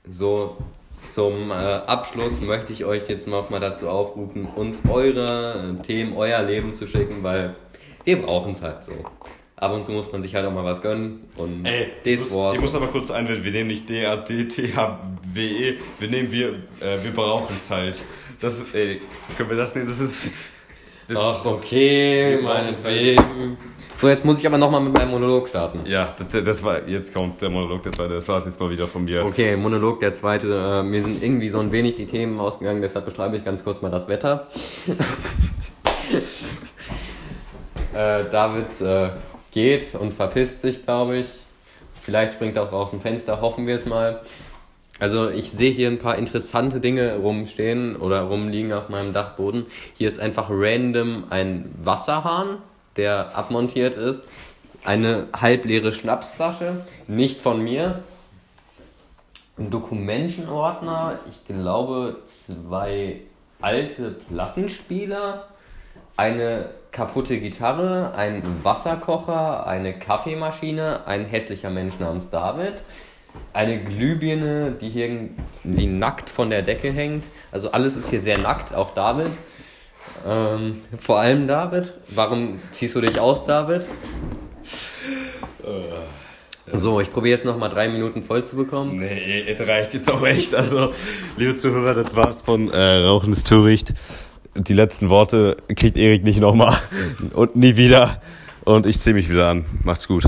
[SPEAKER 1] so, zum äh, Abschluss möchte ich euch jetzt noch mal dazu aufrufen, uns eure äh, Themen, euer Leben zu schicken, weil wir brauchen es halt so. Ab und zu muss man sich halt auch mal was gönnen. Und
[SPEAKER 2] Ey, Äh, ich
[SPEAKER 1] des
[SPEAKER 2] muss,
[SPEAKER 1] war's.
[SPEAKER 2] ich muss aber kurz einwenden, wir nehmen nicht D, A, D, T, H, W, E, wir nehmen wir, äh, wir brauchen Zeit. Das, ist- ey, können wir das nehmen? Das ist, das
[SPEAKER 1] Ach, okay,
[SPEAKER 2] Wir brauchen Zeit.
[SPEAKER 1] meinetwegen. So, jetzt muss ich aber nochmal mit meinem Monolog starten.
[SPEAKER 2] ja, das, das war, jetzt kommt der Monolog, der zweite, das war's jetzt mal wieder von mir.
[SPEAKER 1] Äh, Okay, Monolog der zweite. Äh, mir sind irgendwie so ein wenig die Themen ausgegangen, deshalb beschreibe ich ganz kurz mal das Wetter. äh, David äh, geht und verpisst sich, glaube ich. Vielleicht springt er auch aus dem Fenster, hoffen wir es mal. Also ich sehe hier ein paar interessante Dinge rumstehen oder rumliegen auf meinem Dachboden. Hier ist einfach random ein Wasserhahn, der abmontiert ist. Eine halbleere Schnapsflasche, nicht von mir, ein Dokumentenordner, ich glaube zwei alte Plattenspieler, eine kaputte Gitarre, ein Wasserkocher, eine Kaffeemaschine, ein hässlicher Mensch namens David, eine Glühbirne, die hier irgendwie nackt von der Decke hängt. Also alles ist hier sehr nackt, auch David. Ähm, vor allem David. Warum ziehst du dich aus, David? So, ich probiere jetzt nochmal drei Minuten voll zu bekommen.
[SPEAKER 2] Nee, es reicht jetzt auch echt. Also, liebe Zuhörer, das war's von äh, Rauchen ist Töricht. Die letzten Worte kriegt Erik nicht nochmal und nie wieder. Und ich zieh mich wieder an. Macht's gut.